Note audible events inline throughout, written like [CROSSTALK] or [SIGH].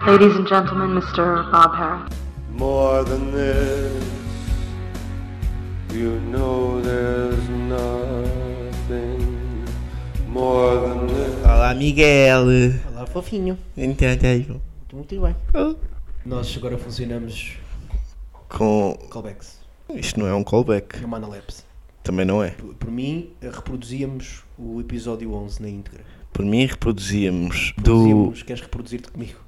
Ladies and gentlemen, Mr. Bob Harris. More than this, you know there's nothing more than this. Olá, Miguel. Olá, Tá fofinho. Então, até aí, João. Muito bem. Oh. Nós agora funcionamos Com. callbacks, Isto não é um callback. no Manalaps. Também não é. Por, por mim, reproduzíamos o episódio 11 na íntegra. Por mim, reproduzíamos do. Reproduzíamos, queres reproduzir-te comigo?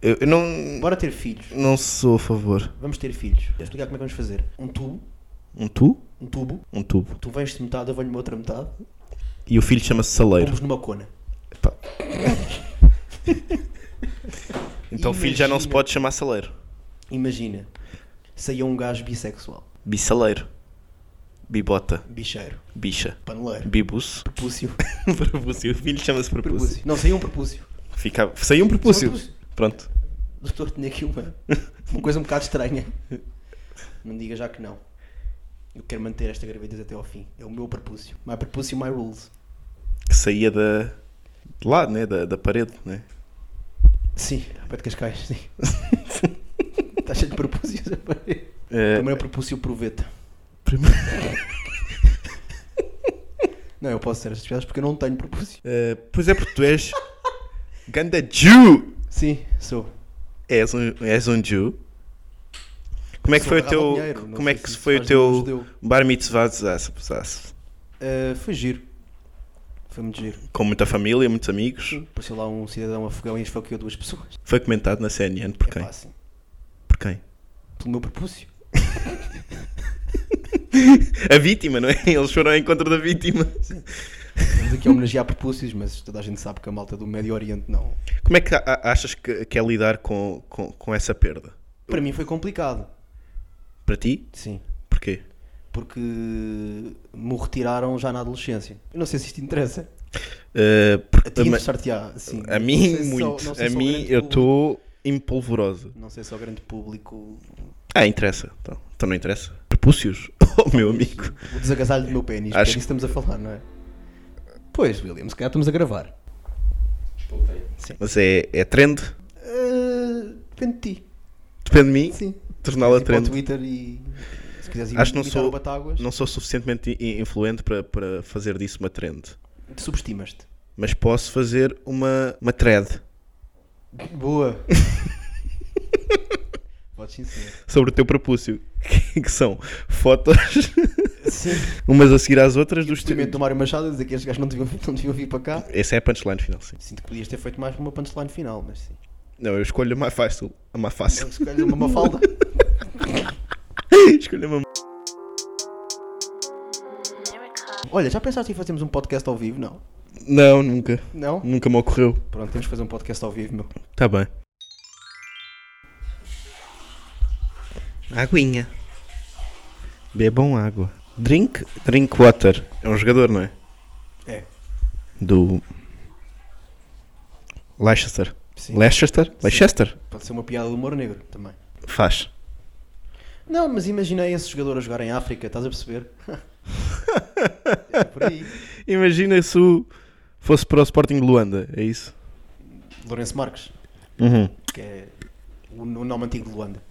Eu, eu não. Bora ter filhos. Não sou a favor. Vamos ter filhos. Vou explicar como é que vamos fazer. Um tubo, Um tu? um tubo. Um tubo. Tu vens de metade, eu venho de outra metade. E o filho chama-se Saleiro. Pomos numa cona. [LAUGHS] Pá. então o filho já não se Imagina. pode chamar Saleiro. Imagina, saía um gajo bissexual, Bissaleiro. Bibota. bicheiro, Bicha. paneleiro, [LAUGHS] Bibuço. propúcio, Propúcio. O filho chama-se Propúcio. propúcio. Não, saía um propúcio. Ficava... Saiu um propúcio. Saiu um Pronto. O doutor tinha aqui uma, uma coisa um bocado estranha. Não diga já que não. Eu quero manter esta gravidez até ao fim. É o meu propúcio. My propúcio, my rules. Que saía da... De lá, né? Da, da parede, né? Sim, ao pé de Cascais, sim. Está cheio de propúcios a parede. Eh, Primeiro propúcio proveta. Primeiro- Não, eu posso ser estas piadas porque eu não tenho propúcio. eh, pois é, porque tu és... Ganda Jew! Sim, sou. És um, és um Jew. Como é que Sou foi o agarrado teu... ao dinheiro, não Como é sei que se foi o faz nenhum teu... judeu. Bar mitzvah zás- zás? Ah, foi giro. Foi muito giro. Com muita família, muitos amigos. Apareceu lá um cidadão afogão e esfaqueou duas pessoas. Foi comentado na CNN por É quem? fácil. Por quem? Pelo meu propúcio. A vítima, não é? [LAUGHS] Eles foram ao encontro da vítima. Estamos aqui a homenagear propúcios, mas toda a gente sabe que a malta do Médio Oriente não. Como é que a- a- achas que, que é lidar com, com, com essa perda? Para mim foi complicado. Para ti? Sim. Porquê? Porque me retiraram já na adolescência. Eu não sei se isto interessa. Uh, A porque- ti mas- interessar-te-á, assim. a Não mim, sei se ao- muito. não sei a se ao mim, grande eu público- estou empolvorosa. Não sei se ao grande público Ah, interessa. Então, então não interessa. Prepúcios? [LAUGHS] Oh, meu amigo. o desagasalho do meu pênis. Acho Acho que é disso que estamos a falar, não é? Pois, William, se calhar estamos a gravar. Mas é, é trend? Ah, depende de ti. Depende de mim Sim. torná-la Se quiseres trend. ir para o Twitter e. Se quiseres ir Acho que não imitar sou- o Batáguas, Não sou suficientemente i- influente para, para fazer disso uma trend. te subestimas-te. Mas posso fazer uma, uma thread [LAUGHS] Boa. Podes sim, senhor. sobre o teu prepúcio. [LAUGHS] Que são fotos, [LAUGHS] Sim. umas a seguir às outras, dos teus. Experimento do Mário Machado a dizer que estes gajos não deviam, não deviam vir para cá. Essa é a punchline final, sim. Sinto que podias ter feito mais uma punchline final, mas sim. Não, eu escolho a mais fácil. A mais Eu fácil. escolho uma [LAUGHS] mafalda. [LAUGHS] escolho uma. Olha, já pensaste em fazermos um podcast ao vivo? Não. Não, nunca. Não? Nunca me ocorreu. Pronto, temos que fazer um podcast ao vivo, meu. Tá bem. Aguinha. Bebam água. Drink, drink water. É um jogador, não é? É. Do Leicester. Sim. Leicester? Leicester? Pode ser uma piada do humor negro também. Faz. Não, mas imaginei esse jogador a jogar em África, estás a [LAUGHS] perceber? é por aí. Imagina se o- fosse para o Sporting de Luanda, é isso? Lourenço Marques, Uhum. que é o, o nome antigo de Luanda.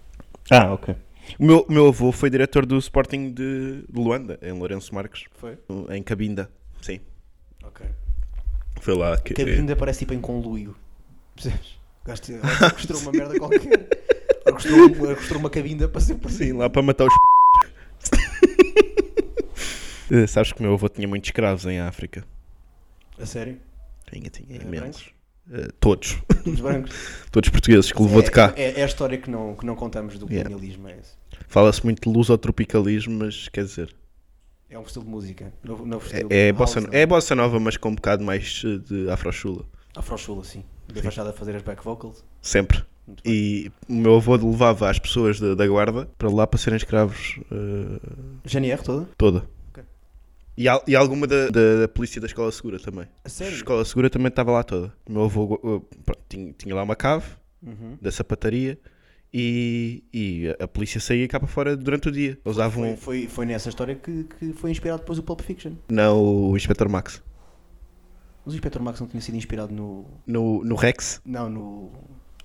Ah, ok. O meu, o meu avô foi diretor do Sporting de de Luanda, em Lourenço Marques, Foi? em Cabinda. Sim. Ok. Foi lá que. Que ainda parece tipo em conluio. Percebes? [LAUGHS] Gaste, orquestrou uma merda qualquer. Orquestrou, um- orquestrou uma cabinda para ser por Sim, cima. lá para matar os. [LAUGHS] Eh, Sabes que o meu avô tinha muitos escravos em África. A sério? Tinha, tinha Eh, imensos. Eh, todos. [LAUGHS] Todos brancos. Todos portugueses que levou de cá. É, é- é a história que não, que não contamos do Yeah. colonialismo. É, esse. Fala-se muito de luz-tropicalismo, mas quer dizer. é um estilo de música. Novo, novo estilo. É, é, bossa, House, né? é bossa nova, mas com um bocado mais eh, de afrochula. Afrochula, sim. Da assim. fachada a fazer as back vocals. Sempre. Muito bem. E o meu avô levava as pessoas da, da guarda para lá para serem escravos. eh, GNR toda? toda. Ok. E, al- e alguma da, da- da polícia da escola segura também. A sério? A escola segura também estava lá toda. O meu avô uh, pronto, tinha, tinha lá uma cave Uhum. da sapataria e, e a, a polícia saía cá para fora durante o dia. um Eles davam Foi, foi, foi nessa história que, que foi inspirado depois o Pulp Fiction. não o Inspector Max. Mas o Inspector Max não tinha sido inspirado no. No, no Rex? Não, no.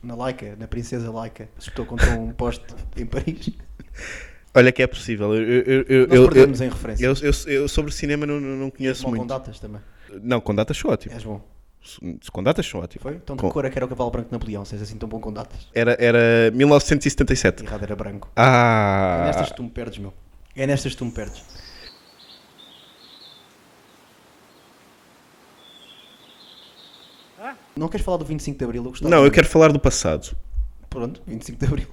na Laika, na Princesa Laika, escutou contra um poste em Paris. Olha que é possível. Eu, eu, eu, Nós eu, perdemos eu, em referência. eu, eu- eu sobre cinema não, não, não conheço Mal com muito. tipo, datas também. Não, com datas sou ótimo. És bom. Se- Com datas sou ótimo. Foi? Então de Com- que cor é que era o cavalo branco de Napoleão? Seja assim tão bom com datas. Era, era 1977. Errado era branco. É Ah! nestas que tu me perdes, meu. É nestas que tu me perdes. Não queres falar do 25 de Abril? Eu gostava. Não, eu quero falar do passado. Pronto, 25 de Abril.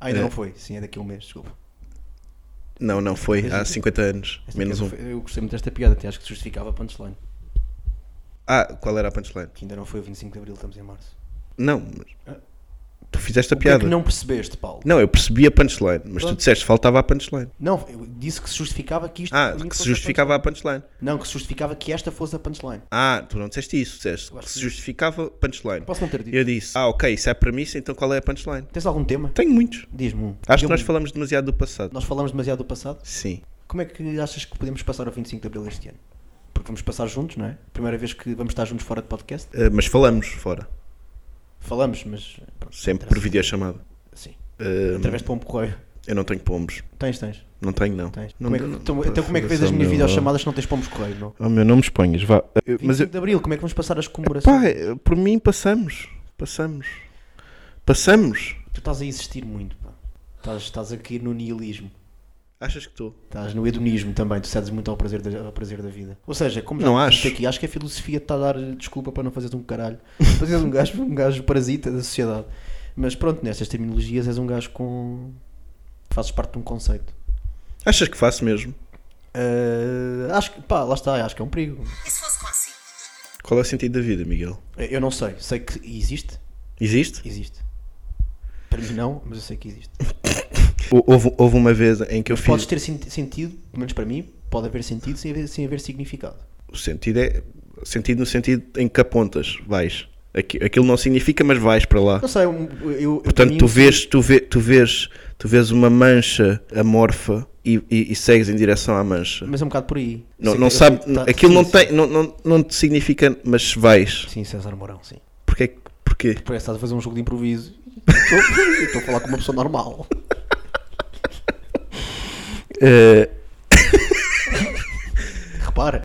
Ah, ainda É. não foi. Sim, é daqui a um mês, desculpa. Não, não, foi tipo- há 50 anos. Esta Menos um. piada foi- Eu gostei muito desta piada, até acho que se justificava a punchline. Ah, qual era a punchline? Que ainda não foi o 25 de Abril, estamos em março. Não, mas Ah. tu fizeste a O que é piada. que não percebeste, Paulo? Não, eu percebi a punchline, mas tu Pronto. disseste faltava a punchline. Não, eu disse que se justificava que isto. Ah, que que se fosse a justificava a punchline. punchline. Não, que se justificava que esta fosse a punchline. Ah, tu não disseste isso, disseste Eu acho que se que- justificava punchline. Posso não ter dito? Eu disse, ah, ok, isso é a premissa, então qual é a punchline? Tens algum tema? Tenho muitos. Diz-me um. Acho que Diga-me nós um. falamos demasiado do passado. Nós falamos demasiado do passado. Sim. Como é que achas que podemos passar o 25 de Abril este ano? Porque vamos passar juntos, não é? Primeira vez que vamos estar juntos fora de podcast. Ah, mas falamos fora. Falamos, mas. pronto, Sempre interessa. por videochamada. Sim. Ah, Através de pombo correio. eu não tenho pombos. Tens, tens. Não tenho, não. tens. Não- Como é que- não- então, então como é que vês as Meu- minhas videochamadas se não tens pombos correio, meu? Oh meu, não me exponhas, vá. Eu- 25 Mas eu, é- de Abril, como é que vamos passar as comemorações? pá, eu- por mim passamos. Passamos. Passamos. Tu estás a existir muito, pá. Estás, estás aqui no nihilismo. Achas que estou? Estás no hedonismo também, tu cedes muito ao prazer da, ao prazer da vida. Ou seja, como já Não disseste acho. aqui, acho que a filosofia está a dar desculpa para não fazeres um caralho. [LAUGHS] Fazeres um gajo, um gajo parasita da sociedade. Mas pronto, nestas terminologias és um gajo com. fazes parte de um conceito. Achas que faço mesmo? Ah, acho que, pá, lá está, acho que é um perigo. Qual é o sentido da vida, Miguel? Eu não sei, sei que existe, Existe? existe. Para mim não, mas eu sei que existe. Hou- Houve, houve uma vez em que eu Podes fiz. ter sen- sentido, pelo menos para mim, pode haver sentido sem haver, sem haver significado. O sentido é. Sentido no sentido em que apontas, vais. Aqui- Aquilo não significa, mas vais para lá. Não sei, eu, eu- eu- para Portanto, mim, tu vês, tu, vê, tu, vês, tu vês uma mancha amorfa e, e- e segues em direção à mancha. Mas é um bocado por aí. Não, Sei não que- sabe, tá- aquilo sim, não, sim. tem, não, não, não te significa, mas vais. Sim, César Mourão, sim. Porquê? que- Porquê? Parece que estás a fazer um jogo de improviso. [LAUGHS] Eu Estou a falar com uma pessoa normal. [LAUGHS] Eh, Repara.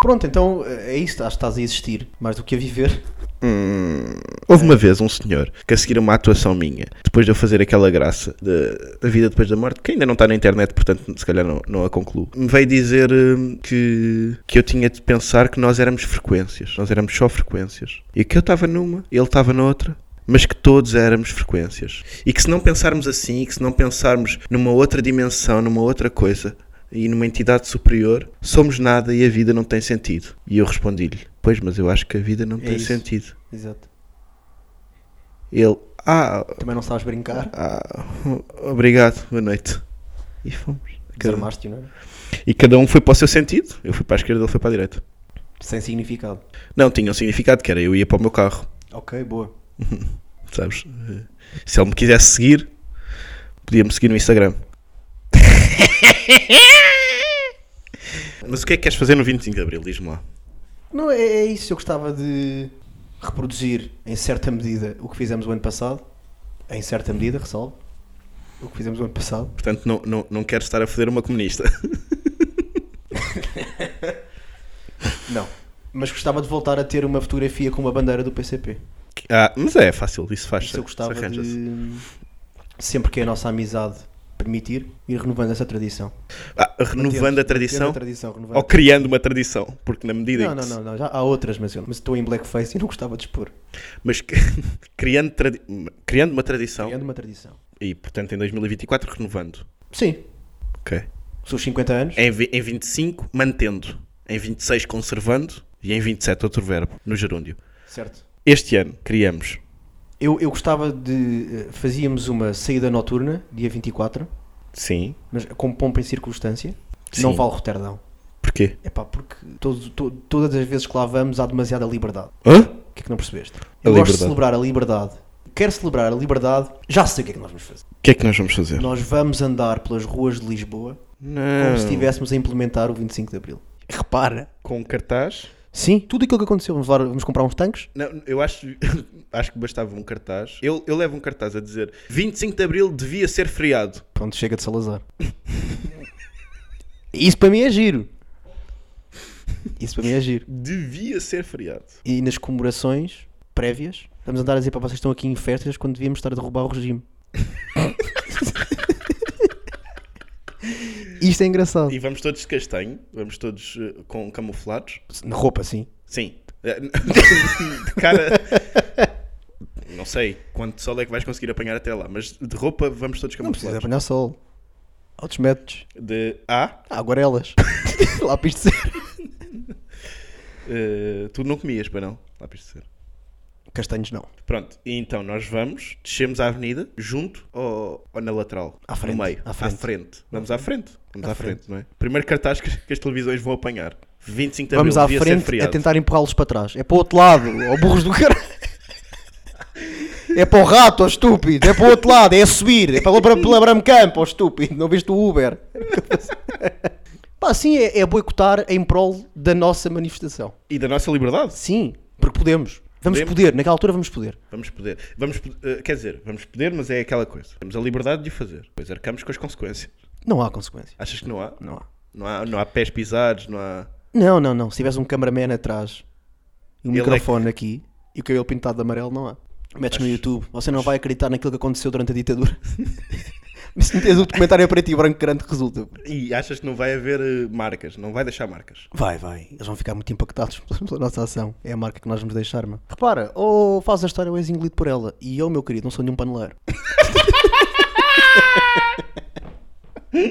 Pronto, então é isso. Acho que estás a existir mais do que a viver. hum, houve uma vez um senhor que a seguir a uma atuação minha, depois de eu fazer aquela graça de- da vida depois da morte, que ainda não está na internet, portanto se calhar não, não a concluo, me veio dizer hum, que, que eu tinha de pensar que nós éramos frequências, nós éramos só frequências. E que eu estava numa, ele estava noutra. Mas que todos éramos frequências. E que se não pensarmos assim, e que se não pensarmos numa outra dimensão, numa outra coisa, e numa entidade superior, somos nada e a vida não tem sentido. E eu respondi-lhe: Pois, mas eu acho que a vida não É tem isso. sentido. Exato. Ele: Ah, Também não sabes brincar. ah, obrigado, boa noite. E fomos. Cada... um. Desarmaste-o, não é? E cada um foi para o seu sentido. Eu fui para a esquerda, ele foi para a direita. Sem significado. Não, tinha um significado que era eu ia para o meu carro, Ok, boa. sabes? Eh, Se ele me quisesse seguir, podia-me seguir no [LAUGHS] Instagram. Mas o que é que queres fazer no 25 de Abril? Diz-me lá. Não, é, é isso. Eu gostava de reproduzir, em certa medida, o que fizemos o ano passado. Em certa medida, ressalvo. O que fizemos o ano passado. Portanto, não, não, não quero estar a foder uma comunista. Não. Mas gostava de voltar a ter uma fotografia com uma bandeira do PCP. [LAUGHS] Ah, mas é fácil, isso faz Isso eu gostava se arranja-se. de, sempre que a nossa amizade permitir, ir renovando essa tradição. Ah, renovando Mantendo- a tradição mantendo a tradição renovando. ou criando uma tradição, porque na medida Não, em que não, se- não, não, já há outras, mas, eu, mas estou em blackface e não gostava de expor. mas que- [LAUGHS] criando, tradi- criando uma tradição Criando uma tradição. e portanto em 2024 renovando. Sim, OK. sou 50 anos. Em, vi- em 25 mantendo, em 26 conservando e em 27 outro verbo no gerúndio. Certo. Este ano criamos Eu, eu gostava de. eh, Fazíamos uma saída noturna, dia 24, Sim. mas com pompa em circunstância. Sim. Não vale Roterdão. Porquê? É pá, porque todo- to- todas as vezes que lá vamos há demasiada liberdade. Hã? O que é que não percebeste? Eu gosto liberdade. de celebrar a liberdade. Quero celebrar a liberdade. Já sei o que é que nós vamos fazer. O que é que nós vamos fazer? Nós vamos andar pelas ruas de Lisboa Não. como se estivéssemos a implementar o 25 de Abril. Repara, com um cartaz Sim, tudo aquilo que aconteceu. Vamos, levar- vamos comprar uns tanques. Não, eu acho, [LAUGHS] acho que bastava um cartaz. Eu, eu levo um cartaz a dizer 25 de Abril devia ser feriado. Pronto, chega de Salazar. Isso para mim é giro. Isso para mim é giro. Devia ser feriado. E nas comemorações prévias, vamos andar a dizer para vocês que estão aqui em festas quando devíamos estar a derrubar o regime. [LAUGHS] Isto é engraçado. E vamos todos de castanho, vamos todos eh, com camuflados. Na roupa, sim. Sim. [LAUGHS] Eh, De cara. Não sei quanto sol é que vais conseguir apanhar até lá, mas de roupa vamos todos Não precisa camuflados. apanhar sol. Altos métodos. De A, Ah, aguarelas. [LAUGHS] Lápis de cera. eh, tu não comias, para não? Lápis de cera. Castanhos não. Pronto, e então nós vamos, descemos a avenida, junto ou, ou na lateral? À frente, No meio. à frente. Vamos à frente. Vamos à, À frente. não é? Primeiro cartaz que, que as televisões vão apanhar. 25 de Vamos abril, à devia ser frente feriado. a tentar empurrá-los para trás. É para o outro lado, ó burros do caralho. É para o rato, ó estúpido. É para o outro lado, é a subir. É para o Labram Campo, ó estúpido. Não viste o Uber? Pá, sim, é, é boicotar em prol da nossa manifestação. E da nossa liberdade. Sim, porque podemos. Vamos Podemos. poder, naquela altura vamos poder. Vamos poder. Vamos, po- eh, quer dizer, vamos poder, mas é aquela coisa. Temos a liberdade de o fazer. Pois arcamos com as consequências. Não há consequências. Achas que não há? Não há. Não há, não há pés pisados, não há. Não, não, não. Se tivesse um cameraman atrás e um Ele é que- microfone aqui e o cabelo pintado de amarelo, não há. Metes no YouTube. Você não vai acreditar naquilo que aconteceu durante a ditadura. [LAUGHS] Mas se tens o documentário a preto e branco grande que resulta. E achas que não vai haver eh, marcas? Não vai deixar marcas. Vai, vai. Eles vão ficar muito impactados [LAUGHS] pela nossa ação. É a marca que nós vamos deixar, mano. Repara, ou faz a história ou és engolido por ela. E eu, meu querido, não sou nenhum paneleiro. [LAUGHS]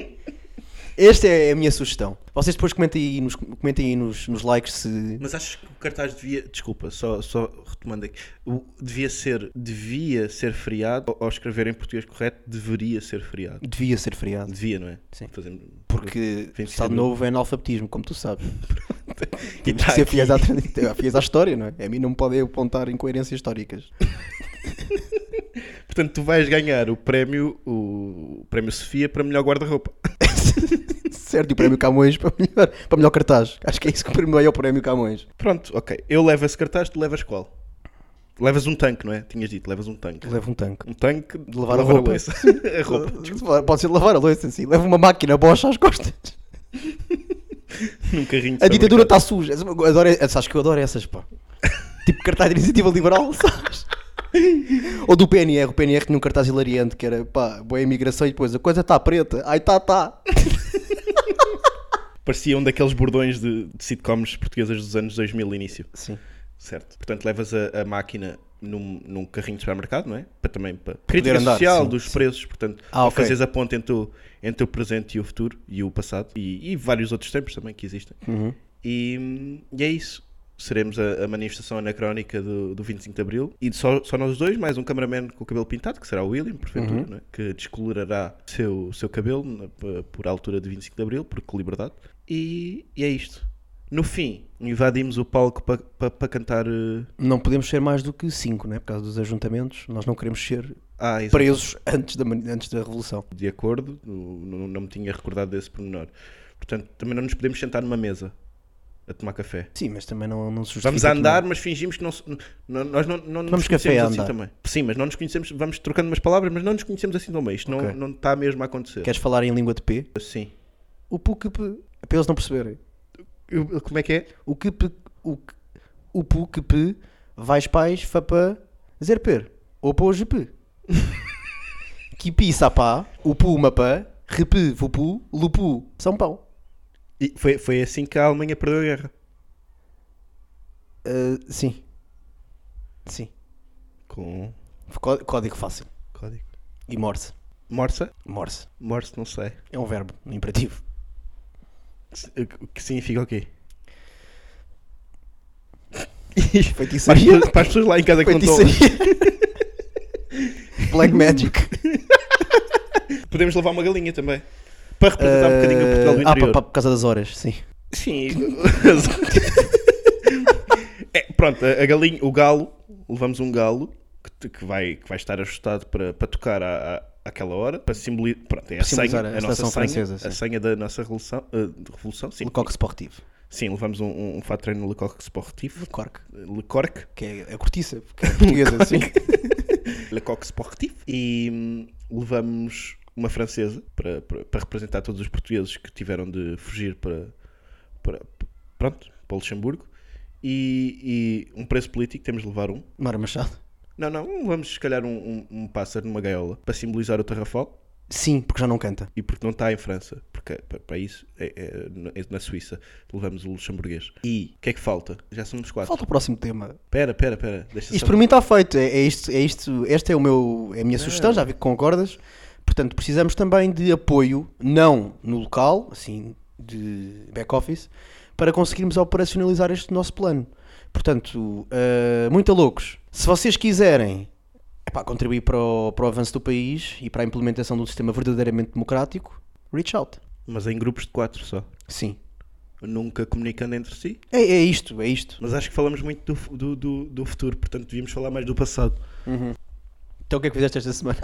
Esta é a minha sugestão. Vocês depois comentem aí nos, comentem aí nos, nos likes se, Mas achas que o cartaz devia. Desculpa, só, só retomando aqui. O- devia ser. Devia ser feriado. Ou, ou escrever em português correto, deveria ser feriado. Devia ser feriado. Devia, não é? Sim. Fazemos- Porque Vem Estado ser- Novo é analfabetismo, como tu sabes. [LAUGHS] E Temos tá que ser aqui. fiéis à, tra- fiéis à história, não é? A mim não me podem apontar incoerências históricas. [LAUGHS] Portanto, tu vais ganhar o prémio. O prémio Sofia para melhor guarda-roupa. certo, e o prémio Camões para melhor, para melhor cartaz. Acho que é isso que o prémio é o prémio Camões. Pronto, ok. Eu levo esse cartaz, tu levas qual? Levas um tanque, não é? Tinhas dito, levas um tanque. Leva um tanque. Um tanque de lavar a roupa. louça. [LAUGHS] a roupa. Pode ser de lavar a louça, sim. Leva uma máquina bocha às costas. [LAUGHS] Num carrinho de A supermercado. ditadura está suja. Essa- eu Adoro, essa- acho que eu adoro essas, [LAUGHS] pá. Tipo cartaz de iniciativa liberal, sabes? Ou do PNR. O PNR tinha um cartaz hilariante que era, pá, boa imigração e depois a coisa está preta. Ai, tá, tá. Parecia um daqueles bordões de, de sitcoms portuguesas dos anos 2000 início. Sim. Certo. Portanto, levas a, a máquina num, num carrinho de supermercado, não é? Para também para crítica andar, social sim, dos sim. preços, portanto, Ah, ao ok. fazeres a ponte entre o, entre o presente e o futuro e o passado e, e vários outros tempos também que existem. Uhum. E, e é isso. Seremos a, a manifestação anacrónica do, do 25 de Abril e só, só nós dois, mais um cameraman com o cabelo pintado, que será o William, porventura, Uhum. não é? que descolorará seu, seu cabelo na- p- por altura de 25 de Abril, porque liberdade. E, e é isto. No fim, invadimos o palco para cantar. eh, Não podemos ser mais do que cinco, né? Por causa dos ajuntamentos. Nós não queremos ser Ah, exato. presos [LAUGHS] antes da, mani- antes da Revolução. de acordo, no- no- não, me tinha recordado desse pormenor. Portanto, também não nos podemos sentar numa mesa a tomar café. Sim, mas também não, não se justifica. Vamos que andar, não- mas fingimos que não, se- não- nós não, não nos Vamos café conhecemos a assim andar. também. Sim, mas não nos conhecemos, vamos trocando umas palavras, mas não nos conhecemos assim tão bem. Isto Ok. não, não está mesmo a acontecer. Queres falar em língua de P? Sim. O PUC... É para eles não perceberem. Eu- como é que é? O que... pe- O que... O PUC... P, Vais pais... Fapa... Zerper. Ou [LAUGHS] pô jepe. Kipi sapá. O pu mapá. Repe vupu. Lupu. São Paulo. E foi, foi assim que a Alemanha perdeu a guerra. Ah, sim. Sim. Com Có- Código fácil. código. E morse. Morsa? Morse. Morse, não sei. É um verbo. Um imperativo. S- o Que significa o quê? Para as, Feitiçaria. [LAUGHS] pessoas- para as pessoas lá em casa que não estão. Feitiçaria. é [LAUGHS] Black Magic. Podemos levar uma galinha também. Para representar um bocadinho o Portugal do Ah, interior. pá, pá, por causa das horas, sim. [LAUGHS] Sim. É, pronto, a, a galinha, o galo, levamos um galo que, te- que vai, que vai estar ajustado para, para tocar à, à- àquela hora, para simbolizar. Pronto, é a simbolizar senha, a a nossa seleção senha, francesa, a sim. senha da nossa revolução, ah, eh, de revolução sim. Lecoque Sportivo. Sim, levamos um, um, um fato de treino no Lecoq eh, Sportif. De corque, Lecorque. que é a cortiça, porque é [LAUGHS] portuguesa, assim. Lecoq Sportif. E hum, levamos uma francesa para, para, para representar todos os portugueses que tiveram de fugir para, para, pronto, para o Luxemburgo. E, e um preso político, temos de levar um. Mara Machado. Não, não, vamos se calhar um, um, um pássaro numa gaiola para simbolizar o Tarrafal Sim, porque já não canta. e porque não está em França, porque pa- para isso é, é na- é na Suíça levamos o luxemburguês. E o que é que falta? Já somos quatro. Falta o próximo tema. Pera, pera, pera. Deixa Isto só- para mim está feito. É, é isto, é isto, esta é, o meu, é a minha sugestão, já vi que concordas. Portanto, precisamos também de apoio, não no local, assim, de back-office, para conseguirmos operacionalizar este nosso plano. Portanto, eh, muito a loucos. Se vocês quiserem epá, contribuir para o, para o avanço do país e para a implementação de um sistema verdadeiramente democrático, reach out. Mas em grupos de quatro só. Sim. Nunca comunicando entre si. É, é isto, é isto. Mas acho que falamos muito do, fu- do, do, do futuro, portanto devíamos falar mais do passado. Então o que é que fizeste esta semana?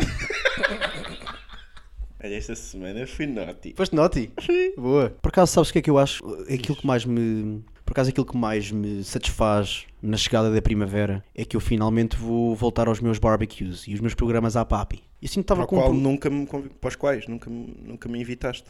Olha, esta semana fui naughty. Foste noti? Boa. Por acaso, sabes o que é que eu acho? Aquilo que mais me. Por acaso, aquilo que mais me satisfaz na chegada da primavera é que eu finalmente vou voltar aos meus barbecues e os meus programas à papi. E assim Para, estava o com. qual nunca me convi- para os quais nunca, me- nunca me invitaste.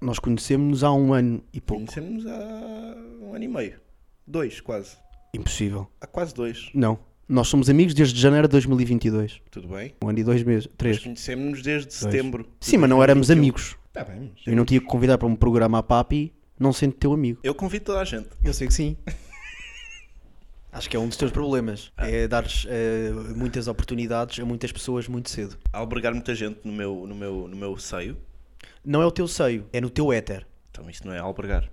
Nós conhecemos-nos há um ano e pouco. Conhecemos há um ano e meio. Dois, quase. Impossível. Há quase dois. Não. Nós somos amigos desde janeiro de 2022. Tudo bem. Um ano e dois meses. Nós Três. conhecemos desde setembro. de Sim, mas não éramos 2021. amigos. Tá bem, mas- Eu não tinha que convidar para um programa à papi, não sendo teu amigo. Eu convido toda a gente. Eu sei que sim. [LAUGHS] Acho que é um dos teus problemas. É dar muitas oportunidades a muitas pessoas muito cedo. Albergar muita gente no meu, no meu, no meu seio. Não é o teu seio, é no teu éter. Então isso não é albergar.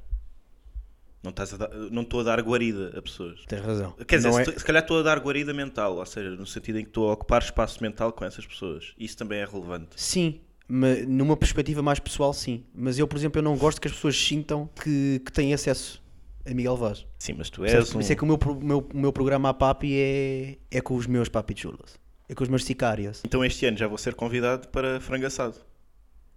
Não estás a dar- não estou a dar guarida a pessoas. Tens razão. Quer dizer, Não se, é- tu- se calhar estou a dar guarida mental, ou seja, no sentido em que estou a ocupar espaço mental com essas pessoas. Isso também é relevante. Sim, mas numa perspectiva mais pessoal, sim. Mas eu, por exemplo, eu não gosto que as pessoas sintam que, que têm acesso a Miguel Vaz. Sim, mas tu Percebes? és um... Por isso é que o meu, pro- o meu, o meu programa à papi é, é com os meus papichulas. É com os meus sicários. Então este ano já vou ser convidado para frango assado.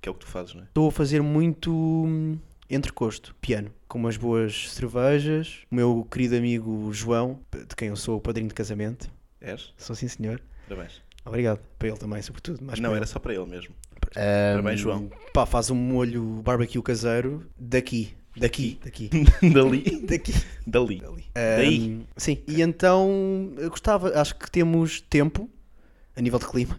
Que é o que tu fazes, não é? Estou a fazer muito hum, entrecosto, piano, com umas boas cervejas. O meu querido amigo João, de quem eu sou o padrinho de casamento, És? sou sim senhor. Parabéns. Obrigado. Para ele também, sobretudo. Mas não, para era ele. só para ele mesmo. Ahm, Parabéns, João. Pá, faz um molho barbecue caseiro daqui. Daqui. [LAUGHS] Daqui. [LAUGHS] Dali. Daqui. Dali. Daí. Ahm, sim. E então, eu gostava, acho que temos tempo, a nível de clima,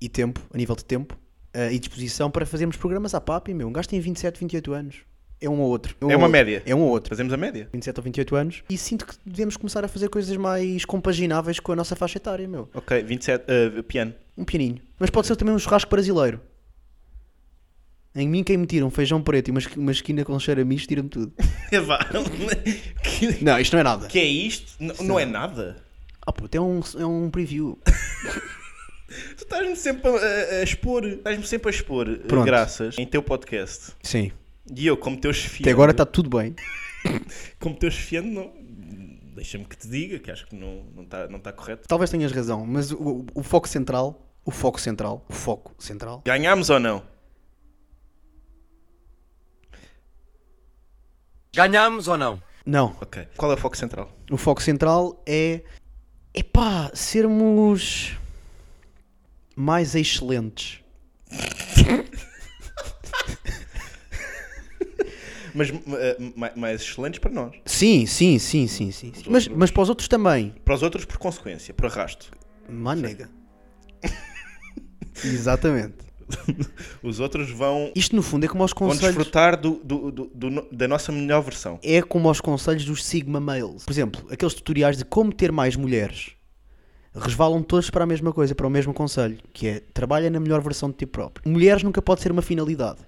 e tempo, a nível de tempo, ah, e disposição para fazermos programas à papi, meu. Um gajo tem 27, 28 anos. É um ou outro. um É ou uma outro. média. É um ou outro. Fazemos a média. 27 ou 28 anos. E sinto que devemos começar a fazer coisas mais compagináveis com a nossa faixa etária, meu. Ok, 27. ah, piano. [LAUGHS] Um pianinho. Mas pode ser também um churrasco brasileiro. Em mim, quem me tira um feijão preto e uma, esqui- uma esquina com cheiro a misto, tira-me tudo. Vá. que, Não, isto não é nada. que é isto? N- não é nada. Ah, puto, é um, é um preview. Tu estás-me sempre a, a- a expor. Estás-me sempre a expor eh, Pronto. graças em teu podcast. Sim. E eu, como teu chefiando. Até agora tá- está tudo bem. Como teu chefiando, não. Deixa-me que te diga que acho que não está não tá- não tá correto. Talvez tenhas razão, mas o, o- o foco central, o foco central, o foco central. Ganhámos ou não? Ganhamos ou não? Não, Ok. Qual é o foco central? o foco central é. Epá, sermos. mais excelentes. Mas eh, ma- mais excelentes para nós. Sim, sim, sim, sim, sim. sim. Mas, mas para os outros também. Para os outros, por consequência, por arrasto. Manega. [LAUGHS] Exatamente. Os outros vão, Isto no fundo é como aos vão conselhos. desfrutar do, do- do- do no- da nossa melhor versão. É como aos conselhos dos Sigma Males. Por exemplo, aqueles tutoriais de como ter mais mulheres resvalam todos para a mesma coisa, para o mesmo conselho, que é trabalha na melhor versão de ti próprio. Mulheres nunca pode ser uma finalidade.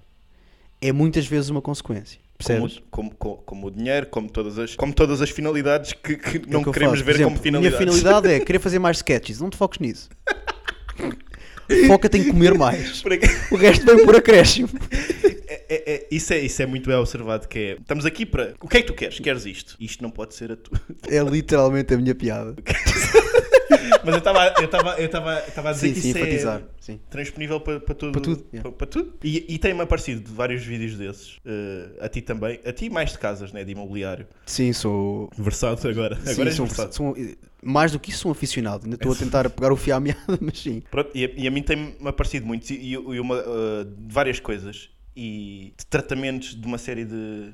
É muitas vezes uma consequência. Como, Percebes? como, como, como o dinheiro, como todas as, como todas as finalidades que, que É o não que eu queremos faço. Por ver exemplo, como finalidades. A minha finalidade é querer fazer mais sketches. Não te foques nisso. [LAUGHS] Foca-te em comer mais. [LAUGHS] Por aqui- O resto vem por acréscimo. É- é- é- isso, é, isso é muito bem observado que é. Estamos aqui para. O que é que tu queres? Queres isto? Isto não pode ser a tua. É literalmente a minha piada. Mas eu estava eu tava, eu tava, eu tava a dizer Sim, que sim, isso enfatizar. é Sim. transponível para, para tudo. Para tudo, yeah. para- para tudo. E, e tem-me aparecido vários vídeos desses. eh, a ti também. A ti mais de casas, né? De imobiliário. Sim, sou. Versado agora. sim, agora é és sou- um versado. sou- mais do que isso, sou um aficionado. Ainda estou a [LAUGHS] tentar pegar o fio à meada, mas sim. Pronto, e, a, e a mim tem-me aparecido muito. E, e uma, eh, de várias coisas. E de tratamentos de uma série de,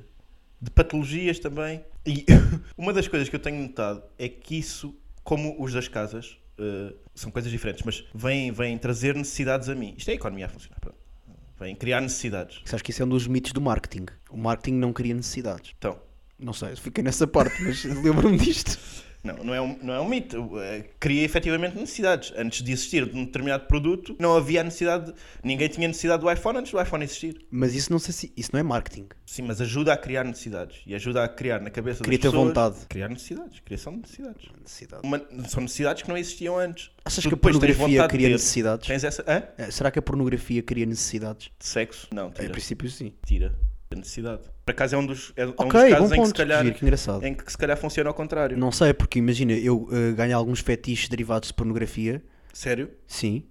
de patologias também. E [LAUGHS] uma das coisas que eu tenho notado é que isso, como os das casas, eh, são coisas diferentes, mas vêm, vêm trazer necessidades a mim. Isto é a economia a funcionar. Pronto. Vêm criar necessidades. Sabes que isso é um dos mitos do marketing. O marketing não cria necessidades. Então, Não sei, fiquei nessa [LAUGHS] parte, mas lembro-me disto. Não, não é um, não é um mito. Eh, Cria efetivamente necessidades. Antes de existir de um determinado produto, não havia a necessidade. Ninguém tinha necessidade do iPhone antes do iPhone existir. Mas isso não sei se isso não é marketing. Sim, mas ajuda a criar necessidades. E ajuda a criar na cabeça Cria-te a das pessoas. vontade. Criar necessidades. Criação de necessidades. Necessidade. Uma- são necessidades que não existiam antes. Achas Tu que a depois tens pornografia vontade de cria ter. necessidades? Tens essa. Hã? Eh, Será que a pornografia cria necessidades? De sexo? Não, Em tira. princípio sim. Tira. A necessidade. Por acaso é um dos, é, é um Ok, dos bom casos em que ponto. se calhar. Giro, que engraçado. Em que se calhar funciona ao contrário. Não sei, porque imagina, eu eh, ganho alguns fetiches derivados de pornografia, Sério? sim,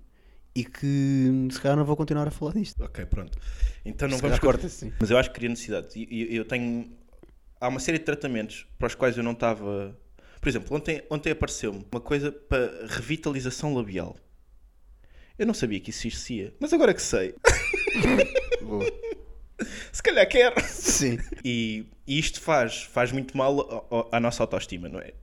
e que hum, se calhar não vou continuar a falar [LAUGHS] disto. Ok, pronto. Então não Se vamos calhar corta, sim. Mas eu acho que cria necessidade. E e- eu tenho. Há uma série de tratamentos para os quais eu não estava. Por exemplo, ontem, ontem apareceu-me uma coisa para revitalização labial. Eu não sabia que isso existia, mas agora que sei, [LAUGHS] Boa. se calhar quero. sim. E, e isto faz, faz muito mal ao- ao- à nossa autoestima, não é?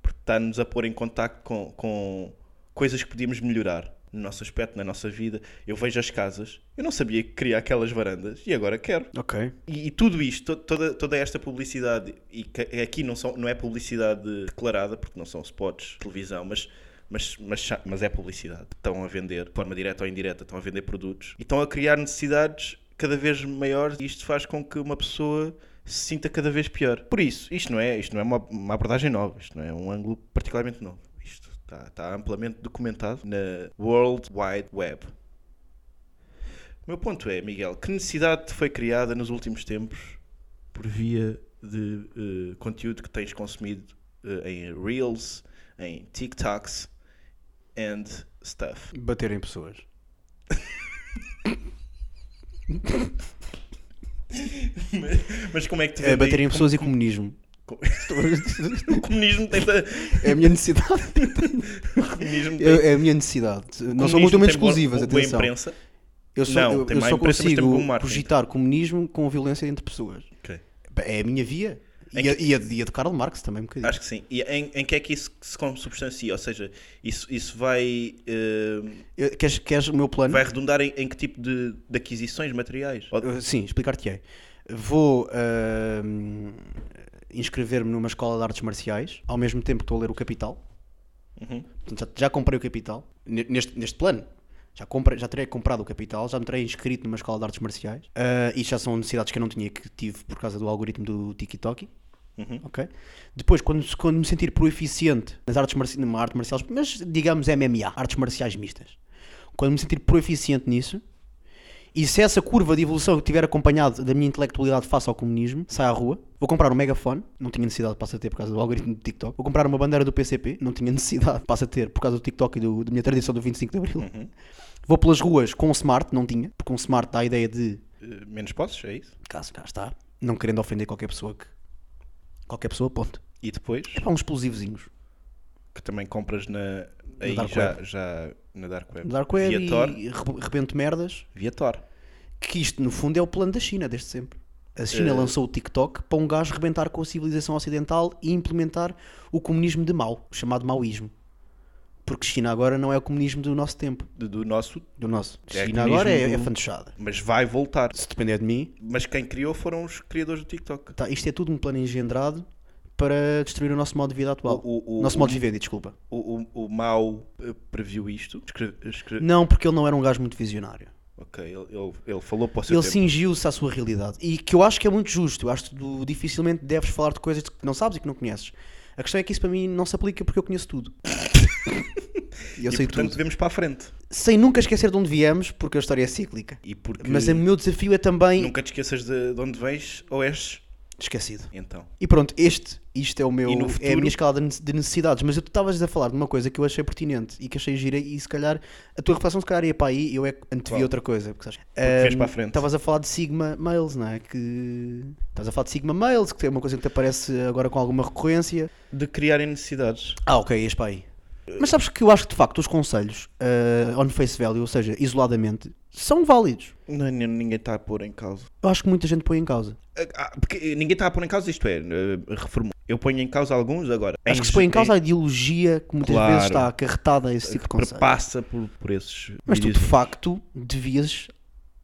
Porque está-nos a pôr em contacto com, com coisas que podíamos melhorar no nosso aspecto, na nossa vida. Eu vejo as casas, eu não sabia que queria aquelas varandas e agora quero. Ok. E, e tudo isto, to- toda, toda esta publicidade, e que aqui não, são, não é publicidade declarada, porque não são spots de televisão, mas, mas, mas, cha- mas é publicidade. Estão a vender, de forma direta ou indireta, estão a vender produtos e estão a criar necessidades cada vez maiores, e isto faz com que uma pessoa se sinta cada vez pior. Por isso, isto não é, isto não é uma, uma abordagem nova, isto não é um ângulo particularmente novo. Isto está, está amplamente documentado na World Wide Web. O meu ponto é, Miguel, que necessidade te foi criada nos últimos tempos por via de eh, conteúdo que tens consumido eh, em Reels, em TikToks and stuff? Bater em pessoas. Mas como é que te É, vem daí? bater em pessoas e comunismo. [LAUGHS] Com- O comunismo tem. é a minha necessidade. O comunismo tem. [LAUGHS] É, é a minha necessidade. Não são mutuamente exclusivas, atenção. imprensa. Eu só, Não, eu, tem eu má só imprensa, mas tem consigo bom marketing. cogitar comunismo com violência entre pessoas. Ok. É a minha via. E, Em que- a, e a de- e a de Karl Marx também, um bocadinho. Acho que sim. E em, em que é que isso se consubstancia? Ou seja, isso, isso vai, eh, Eu- queres, queres o meu plano? vai redundar em, em que tipo de, de aquisições materiais? Ou- Eu- Sim, explicar-te-ei. Vou ahm, inscrever-me numa escola de artes marciais, ao mesmo tempo que estou a ler o Capital. Uhum. Portanto, já, já comprei o Capital, ne- neste, neste plano. Já, comprei, já terei comprado o Capital, já me terei inscrito numa escola de artes marciais. Ah, e já são necessidades que eu não tinha, que tive por causa do algoritmo do TikTok. Uhum. Ok? Depois, quando, quando me sentir proeficiente nas artes marci- numa arte marciais, mas digamos MMA, artes marciais mistas, quando me sentir proeficiente nisso, e se essa curva de evolução tiver acompanhado da minha intelectualidade face ao comunismo, sai à rua, vou comprar um megafone, não tinha necessidade, passa a ter por causa do algoritmo do TikTok, vou comprar uma bandeira do PCP, não tinha necessidade, passa a ter por causa do TikTok e do- da minha tradição do 25 de Abril, vou pelas ruas com um smart, não tinha, porque um smart dá a ideia de Eh, menos posses, é isso? caso cá está, não querendo ofender qualquer pessoa que. Qualquer pessoa, ponto. E depois? É para uns explosivozinhos. que também compras na, aí Dark já, Web. já na Dark Web. Dark Web Via Tor. e re- rebento merdas. Via Tor. Que isto, no fundo, é o plano da China, desde sempre. A China Eh. lançou o TikTok para um gajo rebentar com a civilização ocidental e implementar o comunismo de Mao, o chamado Maoísmo. Porque China agora não é o comunismo do nosso tempo, Do, do nosso, do nosso. É China comunismo agora é, do- é fantochada. mas vai voltar. Se depender de mim, Mas quem criou foram os criadores do TikTok. tá, isto é tudo um plano engendrado para destruir o nosso modo de vida atual. O- o- o- nosso modo de viver, desculpa. O, o, o Mao eh, previu isto. Escre- escre- Não, porque ele não era um gajo muito visionário. Ok, ele, ele, ele falou para o seu Ele tempo. cingiu-se à sua realidade. E que eu acho que é muito justo. Eu acho que tu dificilmente deves falar de coisas que não sabes e que não conheces. A questão é que isso para mim não se aplica porque eu [LAUGHS] conheço tudo. e eu e sei portanto tudo. vemos para a frente. Sem nunca esquecer de onde viemos, porque a história é cíclica. E porque Mas o meu desafio é também. nunca te esqueças de, de onde vens ou és Esquecido. Então. E pronto, este, isto é, o meu, E no é a futuro- minha escala de nece- de necessidades. Mas eu- tu estavas a falar de uma coisa que eu achei pertinente e que achei gira e se calhar a tua reflexão se calhar ia para aí e eu é que antevi Qual? outra coisa. Porque, sabes, vês Ahm, para a frente. Estavas a falar de Sigma Males, não é? Que... Estavas a falar de Sigma Males, que é uma coisa que te aparece agora com alguma recorrência. De criarem necessidades. Ah, ok, este para aí. Mas sabes que eu acho que de facto os conselhos ah, on face value, ou seja, isoladamente, são válidos. Não, nem- ninguém está a pôr em causa. Eu acho que muita gente põe em causa. Ah, porque ninguém está a pôr em causa isto, é. eh, Reformou. Eu ponho em causa alguns agora. Acho que se põe em causa a ideologia que muitas Claro. vezes está acarretada a esse tipo de conselho. Passa por, por esses. Mas tu de vídeos. facto devias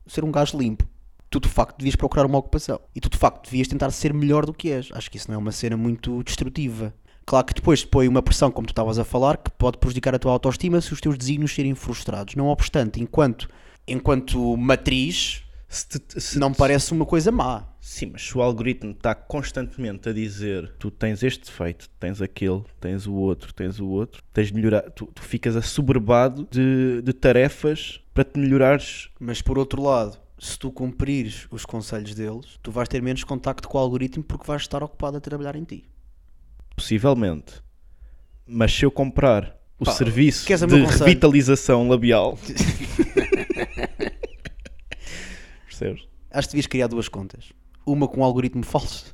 ser um gajo limpo. Tu de facto devias procurar uma ocupação. E tu de facto devias tentar ser melhor do que és. Acho que isso não é uma cena muito destrutiva. Claro que depois te põe uma pressão, como tu estavas a falar, que pode prejudicar a tua autoestima se os teus desígnios serem frustrados. Não obstante, enquanto, enquanto matriz, Se te- se- não me parece uma coisa má. Sim, mas se o algoritmo está constantemente a dizer tu tens este defeito, tens aquele, tens o outro, tens o outro, tens de melhorar, tu, tu ficas assoberbado de, de tarefas para te melhorares. Mas por outro lado, se tu cumprires os conselhos deles, tu vais ter menos contacto com o algoritmo porque vais estar ocupado a trabalhar em ti. Possivelmente. Mas se eu comprar o Pá, serviço queres o de meu conselho? revitalização [LAUGHS] labial. Percebes? Acho que devias criar duas contas. Uma com um algoritmo falso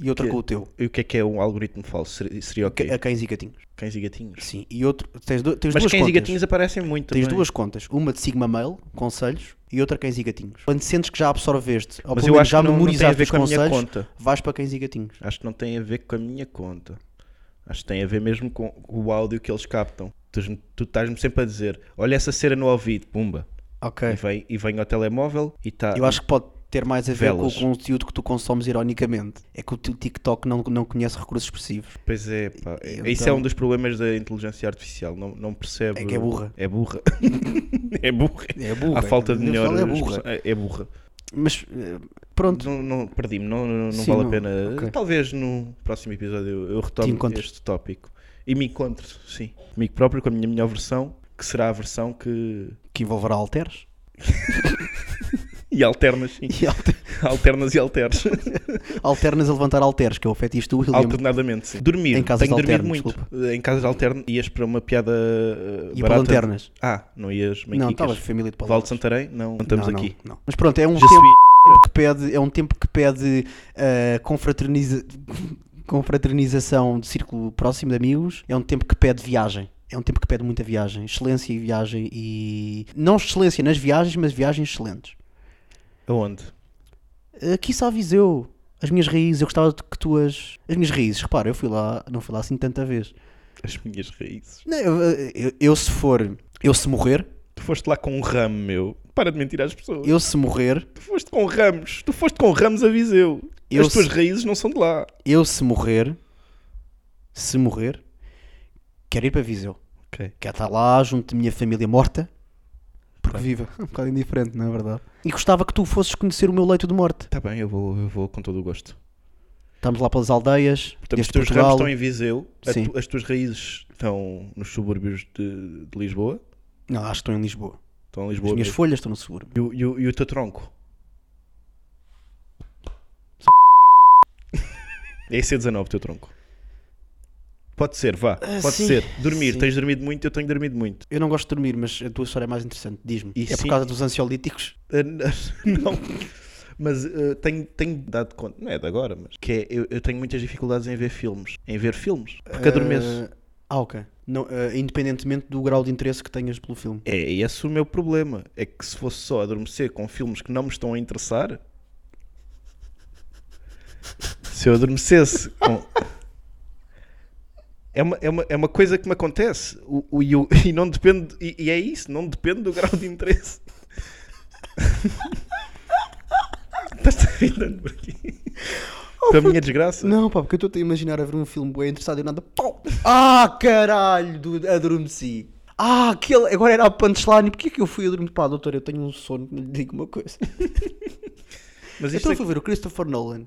e outra Que- com o teu. E o que é que é um algoritmo falso? Seria- Seria o Que- A quê? cães e gatinhos. Cães e gatinhos. Sim. E outro. Tens, do- tens Mas duas cães contas. e gatinhos aparecem muito Tens também. duas contas. Uma de Sigma Mail, conselhos, e outra cães e gatinhos. Quando sentes que já absorveste, ou Mas pelo eu menos acho já que não, não tem a memorizaste ver os com a minha conselhos, conta. vais para cães e gatinhos. Acho que não tem a ver com a minha conta. Acho que tem a ver mesmo com o áudio que eles captam. Tu, tu estás-me sempre a dizer: olha essa cera no ouvido, pumba. E, Ok. vem, e vem ao telemóvel e tá. está. É. Eu acho que pode ter mais a ver Velas. com o conteúdo que tu consomes ironicamente. É que o teu TikTok não, não conhece recursos expressivos. Pois é, pá. Eu Isso é então- um dos problemas da inteligência artificial. Não, não percebe. É que é burra. É burra. [LAUGHS] é burra. É burra. Há falta de Eu melhor. falo, É burra. expressão. É, é burra. Mas eh, pronto, Não, não- Perdi-me. Não, não, não Sim, vale não. a pena. Ok. Talvez no próximo episódio eu, eu Te retome encontres. este tópico. E me encontro, sim. Comigo próprio, com a minha melhor versão, que será a versão que que envolverá alteres. E alternas, [LAUGHS] sim. E alter- Alternas e alteras. alternas a levantar alteres, que é o fetiche do William. Alternadamente, sim. Dormir. Em casas Tenho dormido alternas, muito. Em casas alternas ias para uma piada uh, E para barata. lanternas. Ah, não ias bem Não, quicas. estavas família de Val de palavras. Santarém? Não, não estamos Não, não, aqui. não. Mas pronto, é um Já tempo subi. que pede, é um tempo que pede ah, confraterniza- [LAUGHS] confraternização de círculo próximo de amigos, é um tempo que pede viagem. É um tempo que pede muita viagem, excelência e viagem e não excelência nas viagens, mas viagens excelentes. Eh, Aonde? Aqui só Viseu, as minhas raízes, eu gostava de que tu as as minhas raízes, repara, eu fui lá, não fui lá assim tanta vez. As minhas raízes. Não, eu, eh, eu- eu se for, eu se morrer, Tu foste lá com um ramo, meu. Para de mentir às pessoas. eu se morrer, Tu foste com ramos. Tu foste com ramos a Viseu. Eu As tuas se- raízes não são de lá. eu se morrer, se morrer, quero ir para Viseu. Ok. Quer estar lá junto da minha família morta, porque viva. É [LAUGHS] um bocado indiferente, não é verdade? E gostava que tu fosses conhecer o meu leito de morte. Está Tá bem, eu vou, eu vou com todo o gosto. Estamos lá pelas aldeias, Portanto, os deste teus Portugal. ramos estão em Viseu. a Sim. tu- as tuas raízes estão nos subúrbios de, de Lisboa. Não, acho que estou em Lisboa. Estão em As Lisboa. minhas mesmo. folhas estão no seguro. E o, e o- e o teu [LAUGHS] tronco? É IC19 o teu tronco. Pode ser, vá. Pode Ah, sim, ser. Dormir. sim. Tens dormido muito, eu tenho dormido muito. Eu não gosto de dormir, mas a tua história é mais interessante, diz-me. E É por sim. causa dos ansiolíticos? Ah, n- [LAUGHS] não. Mas ah, tenho, tenho dado conta, não é de agora, mas que é, eu, eu tenho muitas dificuldades em ver filmes. Em ver filmes. Porque adormeço. Eh, Ah, ok. Não, eh, independentemente do grau de interesse que tenhas pelo filme. É esse o meu problema. É que se fosse só adormecer com filmes que não me estão a interessar. Se eu adormecesse com. É uma, é, uma, é uma coisa que me acontece o, o- e, o- e não depende e, e é isso, não depende do grau de interesse. Estás-te rindo por aqui? Com a minha desgraça? Não, pá, porque eu estou a imaginar a ver um filme bem interessado e eu nada. pau! Ah, caralho, do, adormeci. Ah, aquele. Agora era a punchline. Porquê que eu fui adormecer? Pá, doutor, eu tenho um sono, lhe digo uma coisa. Mas isto, Então é eu fui ver o Christopher Nolan.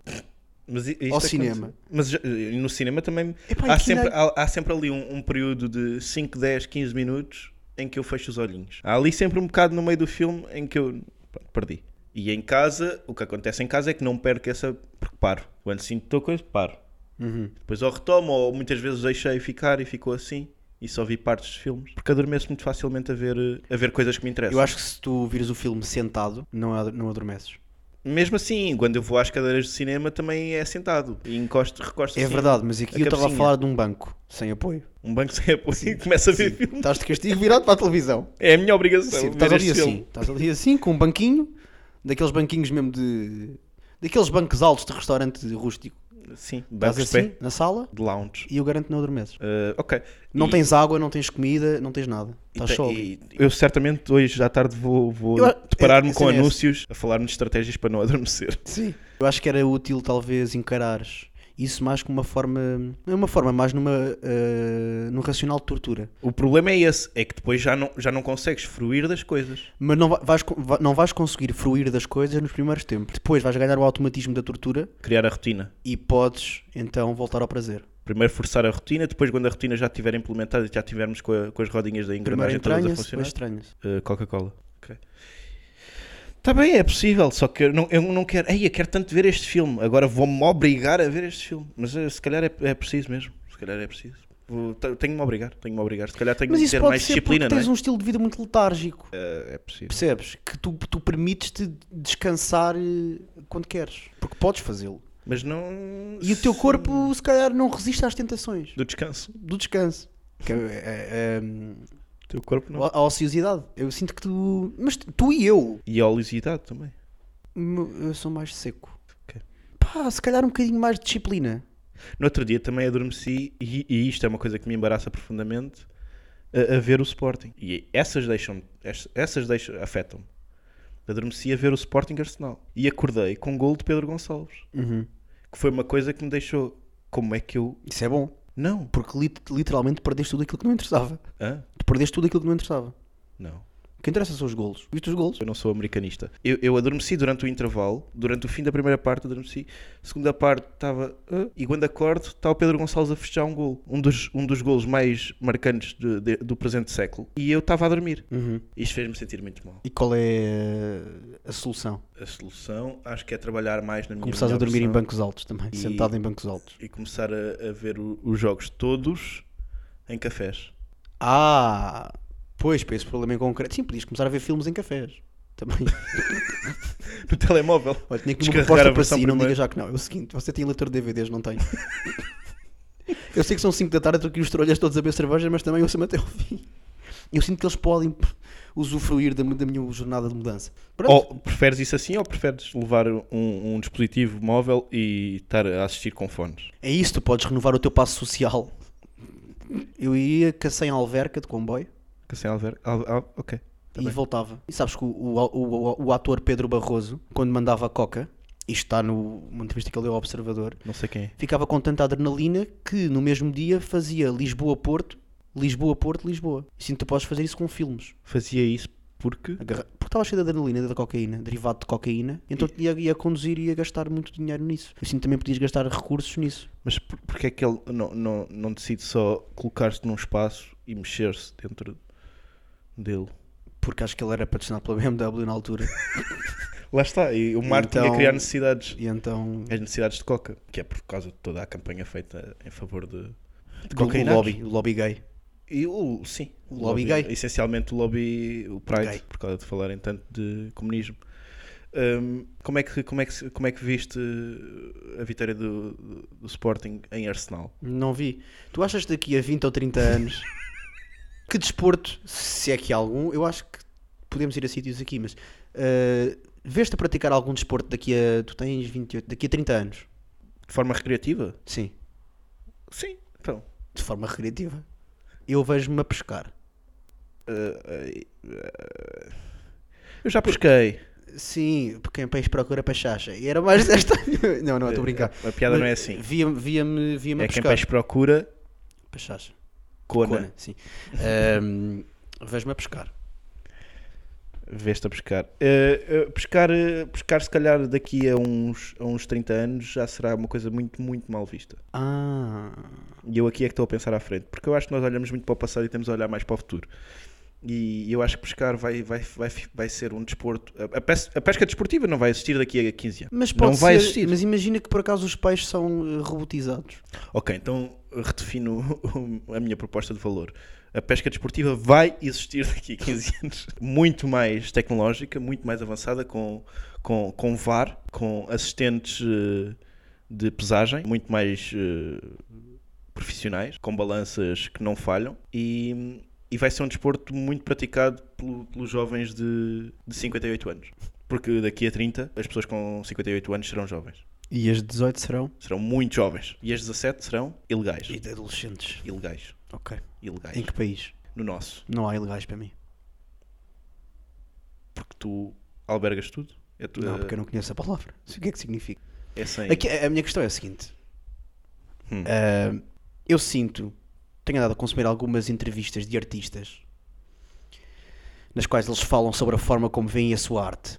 Mas i- isto Ao é cinema. quando- Mas já- e no cinema também Epá, há, aquilo sempre, é- há, há sempre ali um, um período de 5, 10, 15 minutos em que eu fecho os olhinhos. Há ali sempre um bocado no meio do filme em que eu pronto, perdi. E E em casa, o que acontece em casa é que não perco essa. Porque paro. Quando sinto tal coisa, paro. Depois ou retomo, ou muitas vezes deixei ficar e ficou assim. E só vi partes dos filmes. Porque adormeço muito facilmente a ver, eh, a ver coisas que me interessam. Eu acho que se tu vires o filme sentado, não, ad- não adormeces. Mesmo assim, quando eu vou às cadeiras de cinema também é sentado. E encosto, recosto É assim, verdade, mas aqui a eu estava a cabecinha. falar de um banco sem apoio. Um banco sem apoio e começa a ver [LAUGHS] filme. Estás de castigo virado para a televisão. É a minha obrigação. Sim, ver estás ali este filme. assim, estás ali assim, com um banquinho, daqueles banquinhos mesmo de. daqueles bancos altos de restaurante rústico. Sim, Estás bancos de assim, pé, na sala, de lounge. e eu garanto que não adormeces. Eh, ok. Não E- tens água, não tens comida, não tens nada. e Estás te- só ali. e- Eu certamente hoje à tarde vou, vou Eu- deparar-me é- com SMS. anúncios a falar-me de estratégias para não [LAUGHS] adormecer. Sim. Eu acho que era útil talvez encarares isso mais como uma forma. Não é uma forma, mais numa. eh, num racional de tortura. O problema é esse, é que depois já não, já não consegues fruir das coisas. Mas não va- vais, co- va- não vais conseguir fruir das coisas nos primeiros tempos. Depois vais ganhar o automatismo da tortura Criar a rotina. e podes então voltar ao prazer. Primeiro forçar a rotina, depois quando a rotina já estiver implementada e já tivermos com, a- com as rodinhas da Primeiro engrenagem todas a entranha-se, funcionar. depois estranha-se. Uh, Coca-Cola. Está bem, é possível, só que eu não, eu não quero. Ei, eu quero tanto ver este filme, agora vou-me obrigar a ver este filme. Mas eh, se calhar é, é preciso mesmo. Se calhar é preciso. Vou- te- Tenho-me a obrigar, tenho-me a obrigar. Se calhar tenho Mas de isso ter pode mais ser disciplina, porque não é? tens um estilo de vida muito letárgico. Eh, é possível. Percebes? Que tu, tu permites-te descansar eh, quando queres. Porque podes fazê-lo. Mas não. E o teu corpo, se calhar, não resiste às tentações Do descanso. do descanso. Que é- é- é, hum, O teu corpo não. a a ociosidade. Eu sinto que tu. Mas tu tu e eu. E a oleosidade também. hum, Eu sou mais seco. Ok. Pá, se calhar um bocadinho mais de disciplina. No outro dia também adormeci, e, e isto é uma coisa que me embaraça profundamente, a, a ver o Sporting. E essas deixam essas, essas deixam, afetam-me. Adormeci a ver o Sporting Arsenal. E acordei com um gol de Pedro Gonçalves. Que foi uma coisa que me deixou... Como é que eu... Isso é bom. Não. Porque lit- literalmente perdeste tudo aquilo que não interessava. Hã? Tu perdeste tudo aquilo que não interessava. Não. O que interessa são os golos. Viste os golos? Eu não sou americanista. Eu, eu adormeci durante o intervalo, durante o fim da primeira parte, adormeci. Segunda parte estava. "Ah", e quando acordo, está o Pedro Gonçalves a fechar um gol. Um dos, um dos golos mais marcantes de- de- do presente século. E eu estava a dormir. Isto fez-me sentir muito mal. E qual é eh, a solução? A solução acho que é trabalhar mais na minha Começares a melhor dormir em versão bancos altos também. Sentado em bancos altos. E começar a, a ver o- os jogos todos em cafés. [LAUGHS] Ah, pois, para esse problema em concreto. Sim, podias começar a ver filmes em cafés. [LAUGHS] Também. No telemóvel. Olha, tinha aqui uma Descarregar proposta a para versão si, não primeira. diga já que não. É o seguinte, você tem leitor de DVDs, não tem? [LAUGHS] eu sei que são 5 da tarde, estou aqui os trolhas todos a beber cerveja, mas também ouça-me até ao fim. Eu sinto que eles podem p- usufruir da, mi- da minha jornada de mudança. Pronto, Ou preferes isso assim ou preferes levar um, um dispositivo móvel e estar a assistir com fones? é isso, tu podes renovar o teu passo social. Eu iria cacei em alverca de comboio Que sem alver... al- al- ok. Tá e bem. voltava. E sabes que o, o- o- o ator Pedro Barroso, quando mandava a coca, isto está no- numa entrevista que ele deu ao Observador, Não sei quem é. ficava com tanta adrenalina que no mesmo dia fazia Lisboa-Porto, Lisboa-Porto, Lisboa. E sim, tu podes fazer isso com filmes. Fazia isso porque. Agarra- Porque estava cheio de adrenalina da cocaína, derivado de cocaína, então ia, ia conduzir e ia gastar muito dinheiro nisso. Assim também podias gastar recursos nisso. Mas por, porque é que ele não, não, não decide só colocar-se num espaço e mexer-se dentro dele? Porque acho que ele era patrocinado pela BMW na altura. Lá está, e o marketing Então- a criar necessidades. E então. As necessidades de coca, que é por causa de toda a campanha feita em favor de, de do- do cocaína. lobby, o lobby gay. E o, sim, o Lobby lobby, gay. Essencialmente o lobby, o Pride, Gay. por causa de falarem tanto de comunismo. Hum, como, é que, como, é que, se- como é que viste uh, a vitória do, do Sporting em Arsenal? Não vi. Tu achas que daqui a 20 ou 30 anos que desporto, se é que há algum, eu acho que podemos ir a sítios aqui, mas ah, vês-te a praticar algum desporto daqui a. Tu tens 28, daqui a 30 anos? De forma recreativa? Sim, Sim. Então, de forma recreativa. Eu vejo-me a pescar. eu já pesquei. Sim, porque quem peixe procura pachacha. E era mais esta. [LAUGHS] não, não, estou a brincar. A piada não é assim. Via-me via -me, via -me É a quem pescar. peixe procura, Pachacha. cona. Cona, sim. Ahm, vejo-me a pescar. Veste a pescar. Eh, eh, pescar, eh, pescar, se calhar, daqui a uns, a uns 30 anos já será uma coisa muito, muito mal vista. Ah. E eu aqui é que estou a pensar à frente, porque eu acho que nós olhamos muito para o passado e temos a olhar mais para o futuro. E eu acho que pescar vai, vai, vai, vai ser um desporto. A, a pes- a pesca desportiva não vai existir daqui a 15 anos. Mas não pode vai ser- existir. mas imagina que por acaso os peixes são eh, robotizados. Ok, então redefino a minha proposta de valor. A pesca desportiva vai existir daqui a 15 [LAUGHS] anos. Muito mais tecnológica, muito mais avançada, com, com, com VAR, com assistentes eh, de pesagem, muito mais eh, profissionais, com balanças que não falham. E, e vai ser um desporto muito praticado pelo- pelos jovens de, de 58 anos. Porque daqui a 30, as pessoas com 58 anos serão jovens. E as 18 serão? Serão muito jovens. E as 17 serão ilegais. E de adolescentes. Ilegais. Ok. Ilegais. Em que país? No nosso. Não há ilegais para mim. Porque tu albergas tudo. É, tu, Não, porque eu não conheço a palavra. Sei o que é que significa. é sem. Aqui, a a minha questão é a seguinte. Hum. Ah, eu sinto, tenho andado a consumir algumas entrevistas de artistas nas quais eles falam sobre a forma como veem a sua arte.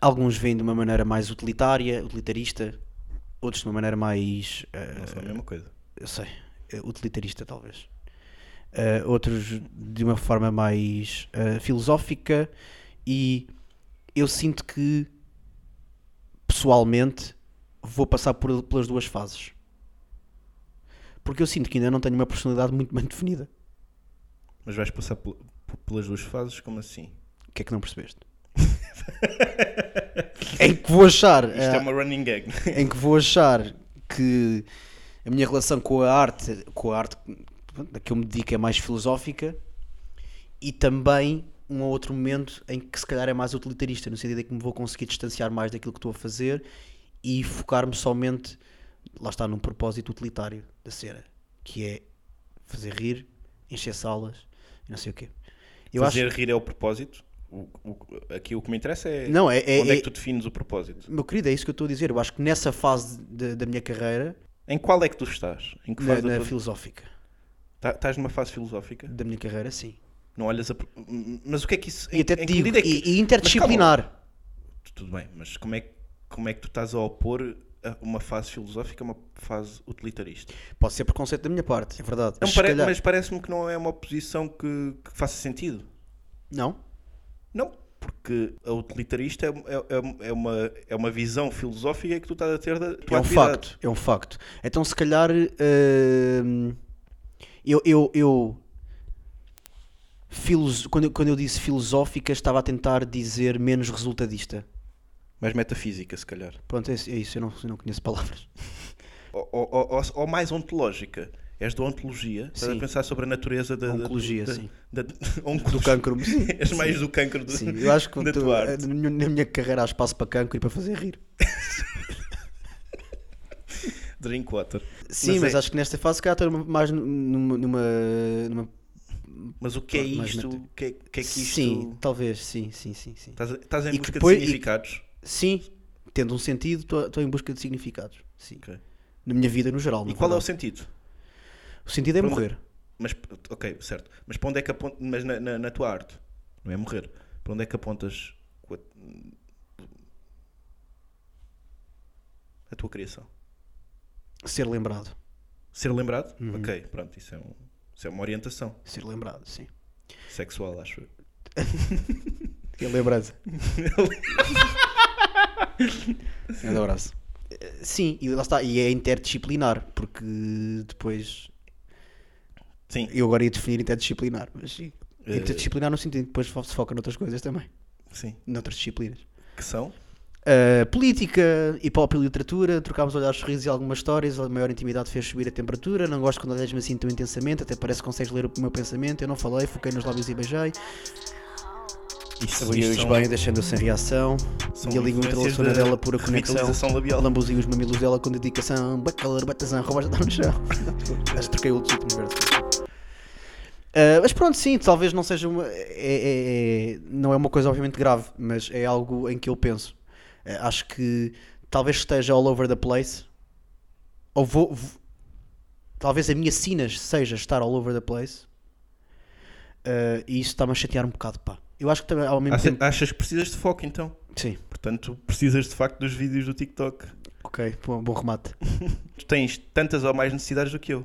Alguns veem de uma maneira mais utilitária, utilitarista, outros de uma maneira mais ah, Não são a mesma coisa. eu sei, eh, utilitarista talvez. Eh, outros de uma forma mais eh, filosófica e eu sinto que pessoalmente vou passar por, pelas duas fases. Porque eu sinto que ainda não tenho uma personalidade muito bem definida. Mas vais passar pel- p- pelas duas fases, como assim? O que é que não [LAUGHS] percebeste? em que vou achar Isto eh, é uma running gag. em que vou achar que a minha relação com a arte, com a arte pronto, a que eu me dedico é mais filosófica e também um ou outro momento em que se calhar é mais utilitarista, no sentido em que me vou conseguir distanciar mais daquilo que estou a fazer e focar-me somente, lá está, num propósito utilitário da cena, que é fazer rir, encher salas e não sei o quê. Eu acho- [LAUGHS] Fazer rir é o propósito. O- o- aqui o que me interessa é, Não, é- é- onde é, é- que tu defines o propósito. Meu querido, é isso que eu estou a dizer. Eu acho que nessa fase de- da minha carreira, Em qual é que tu estás? Em que na, fase da na tua- filosófica Tá- Estás numa fase filosófica? da minha carreira, sim. Não olhas a. pro- Mas o que é que isso. E até em te que digo, medida é que- e- e, Mas calma, interdisciplinar. Tu- Tudo bem, mas como é, que- como é que tu estás a opor a uma fase filosófica a uma fase utilitarista? Pode ser preconceito da minha parte, é verdade. Não, se pare- calhar- Mas parece-me que não é uma posição que, que faça sentido. Não? É um Não, porque a utilitarista é, é- é- é uma, é uma visão filosófica que tu estás a ter da tua É um atividade. facto. É um facto. Então, se calhar, hum, eu. eu, eu filos- quando, eu- quando eu disse filosófica, estava a tentar dizer menos resultadista. Mas metafísica, se calhar. Pronto, é, isso- é isso, eu não, eu não conheço palavras. [LAUGHS] Ou, ou- ou- ou mais ontológica. És da ontologia, estás a Sim. pensar sobre a natureza da. da- Oncologia, da- sim. [LAUGHS] da- [LAUGHS] oncologia. Do cancro. Sim, És mais do cancro do, sim. Eu acho que [LAUGHS] da tu- eh, é tua arte. na minha- na minha carreira há espaço para cancro e para fazer rir. Drink water. Sim, mas, é- acho que nesta fase, se calhar, estou numa- mais numa- numa, numa Mas o que é Mas isto? mete- O que é, o que é que isto. Sim, talvez, sim, sim, sim, sim. Estás, a- estás em E que busca depois- de e- significados. Sim, tendo um sentido, estou em busca de significados. Sim. Ok. Na minha vida no geral. E na qual é o verdade. sentido? o sentido? é Pronto. morrer. Mas, ok, certo. Mas para onde é que apontas? Mas na, na, na tua arte, não é morrer. Para onde é que apontas com a, a tua criação? Ser lembrado. Ser lembrado? Uhum. Ok, pronto, isso é, um, isso é uma orientação Ser lembrado, sim. sexual, acho eu. É lembrança. [LAUGHS] Grande Um abraço. Eh, Sim, e lá está. E é interdisciplinar, porque depois. Sim, Eu agora ia definir interdisciplinar, mas sim. Eh. Interdisciplinar no sentido em que depois fo- se foca noutras coisas também. sim. Noutras disciplinas. Que são? Uh, política, hip hop e literatura, trocámos olhares, sorrisos e algumas histórias, a maior intimidade fez subir a temperatura, não gosto quando olhas-me assim tão intensamente, até parece que consegues ler o meu pensamento, eu não falei, foquei nos lábios e beijei, Isto, abri os são- banhos deixando-a sem reação, são e a língua influências entrelaçou na da dela pura conexão, revitalização labial. lambuzei os mamilos dela com dedicação, bacalhar, batazão, roubas a dar no [LAUGHS] chão, mas troquei o tipo último verso. Uh, mas pronto, sim, talvez não seja uma. é- é- é- não é uma coisa obviamente grave, mas é algo em que eu penso. Eh, acho que talvez esteja all over the place. Ou vou. vou- talvez a minha sinas seja estar all over the place. Eh, e isso está-me a chatear um bocado, pá. Eu acho que também ao mesmo Acha- tempo. Achas que precisas de foco então? Sim, Portanto, precisas de facto dos vídeos do TikTok. ok, bom, bom remate. Tu tens tantas ou mais necessidades do que eu.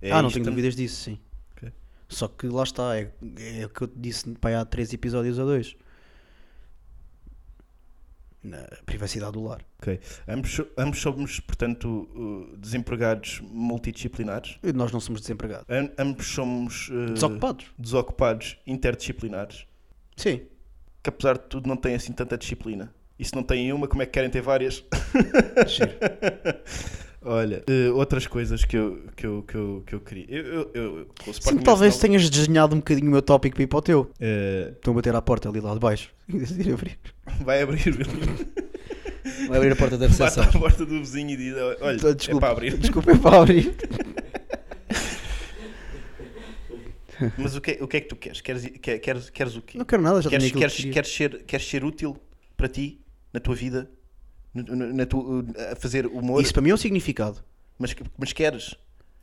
É ah, não isto tenho também. dúvidas disso, sim. Ok. Só que lá está, é, é o que eu te disse pá, há três episódios ou dois. Na privacidade do lar. Ok. Ambos, so- ambos somos, portanto, uh, desempregados multidisciplinares. E Nós não somos desempregados. Am- ambos somos uh, Desocupados? desocupados interdisciplinares. Sim. Que apesar de tudo não têm assim tanta disciplina. E se não têm uma, como é que querem ter várias? [LAUGHS] Giro. Olha, eh, outras coisas que eu, que eu, que eu, que eu queria. Eu, eu, eu, com o Sporting Sim, talvez Arsenal, tenhas desenhado um bocadinho o meu tópico para ir para o teu. eh, Estão a bater à porta ali lá de baixo. [LAUGHS] E decidi abrir. vai abrir, Will. Vai abrir a porta da bate recepção. à porta do vizinho e diz: Olha, é para abrir. Desculpa, é para abrir. Mas o que, é- o que é que tu queres? Queres, quer- queres, queres o quê? Não quero nada, já queres, tenho aquilo queres, que queria. queres, ser, queres ser útil para ti, na tua vida, no- no- na tua, eh, a fazer humor, Isso para mim é um significado. mas, mas queres. não,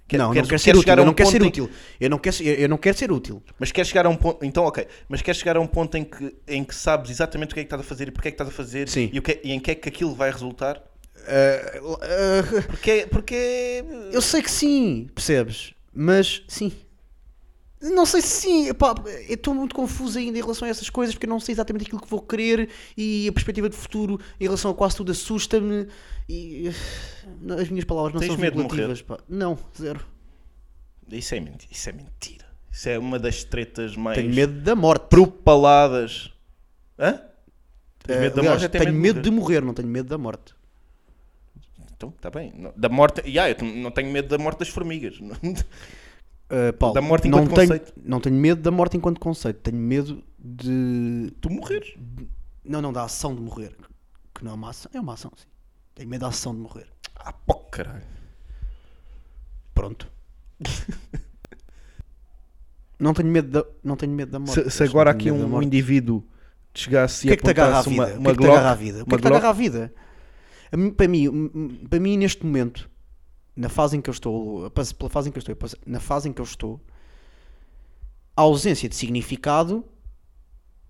queres- não quero queres ser útil. chegar a Eu um não quero ser ponto em- útil. Eu não quero ser- eu não quero ser útil. Mas queres chegar a um ponto, então ok, mas queres chegar a um ponto em que, em que sabes exatamente o que é que estás a fazer e porque é que estás a fazer Sim. E, o que- e em que é que aquilo vai resultar? Ah, ah, Porque, é- porque é- eu sei que sim, percebes? Mas sim. Não sei se sim. epá, eu estou muito confuso ainda em relação a essas coisas porque eu não sei exatamente aquilo que vou querer e a perspectiva de futuro em relação a quase tudo assusta-me. E ah, as minhas palavras não Tens são medo de morrer? vinculativas. pá. Não, zero. isso, é mentira, isso é mentira. Isso é uma das tretas mais Tenho medo da morte. propaladas. Hã? Tens Ah, medo da aliás, morte, é ter tenho medo de medo de morrer, não tenho medo da morte. Então, está bem. Não- Da morte. E, ah, eu t- não tenho medo da morte das formigas. [LAUGHS] Ah, Paulo, Da morte não enquanto tenho, conceito. Não tenho medo da morte enquanto conceito, tenho medo de. tu morreres. Não, não, da ação de morrer. Que não é uma ação. É uma ação, sim. Tenho medo da ação de morrer. Ah, pô, caralho. Pronto. [LAUGHS] não, tenho medo da, não tenho medo da morte. Se, se Acho agora que aqui tenho medo da um morte. indivíduo chegasse O que e é que te agarra à apontasse vida? uma, o que uma é que te Glock, agarra à vida? O que é uma que te Glock, agarra à vida? A mim- para, mim, hum, para mim, neste momento, na fase em que eu estou, a pas- pela fase em que eu estou, a pas- na fase em que eu estou, a ausência de significado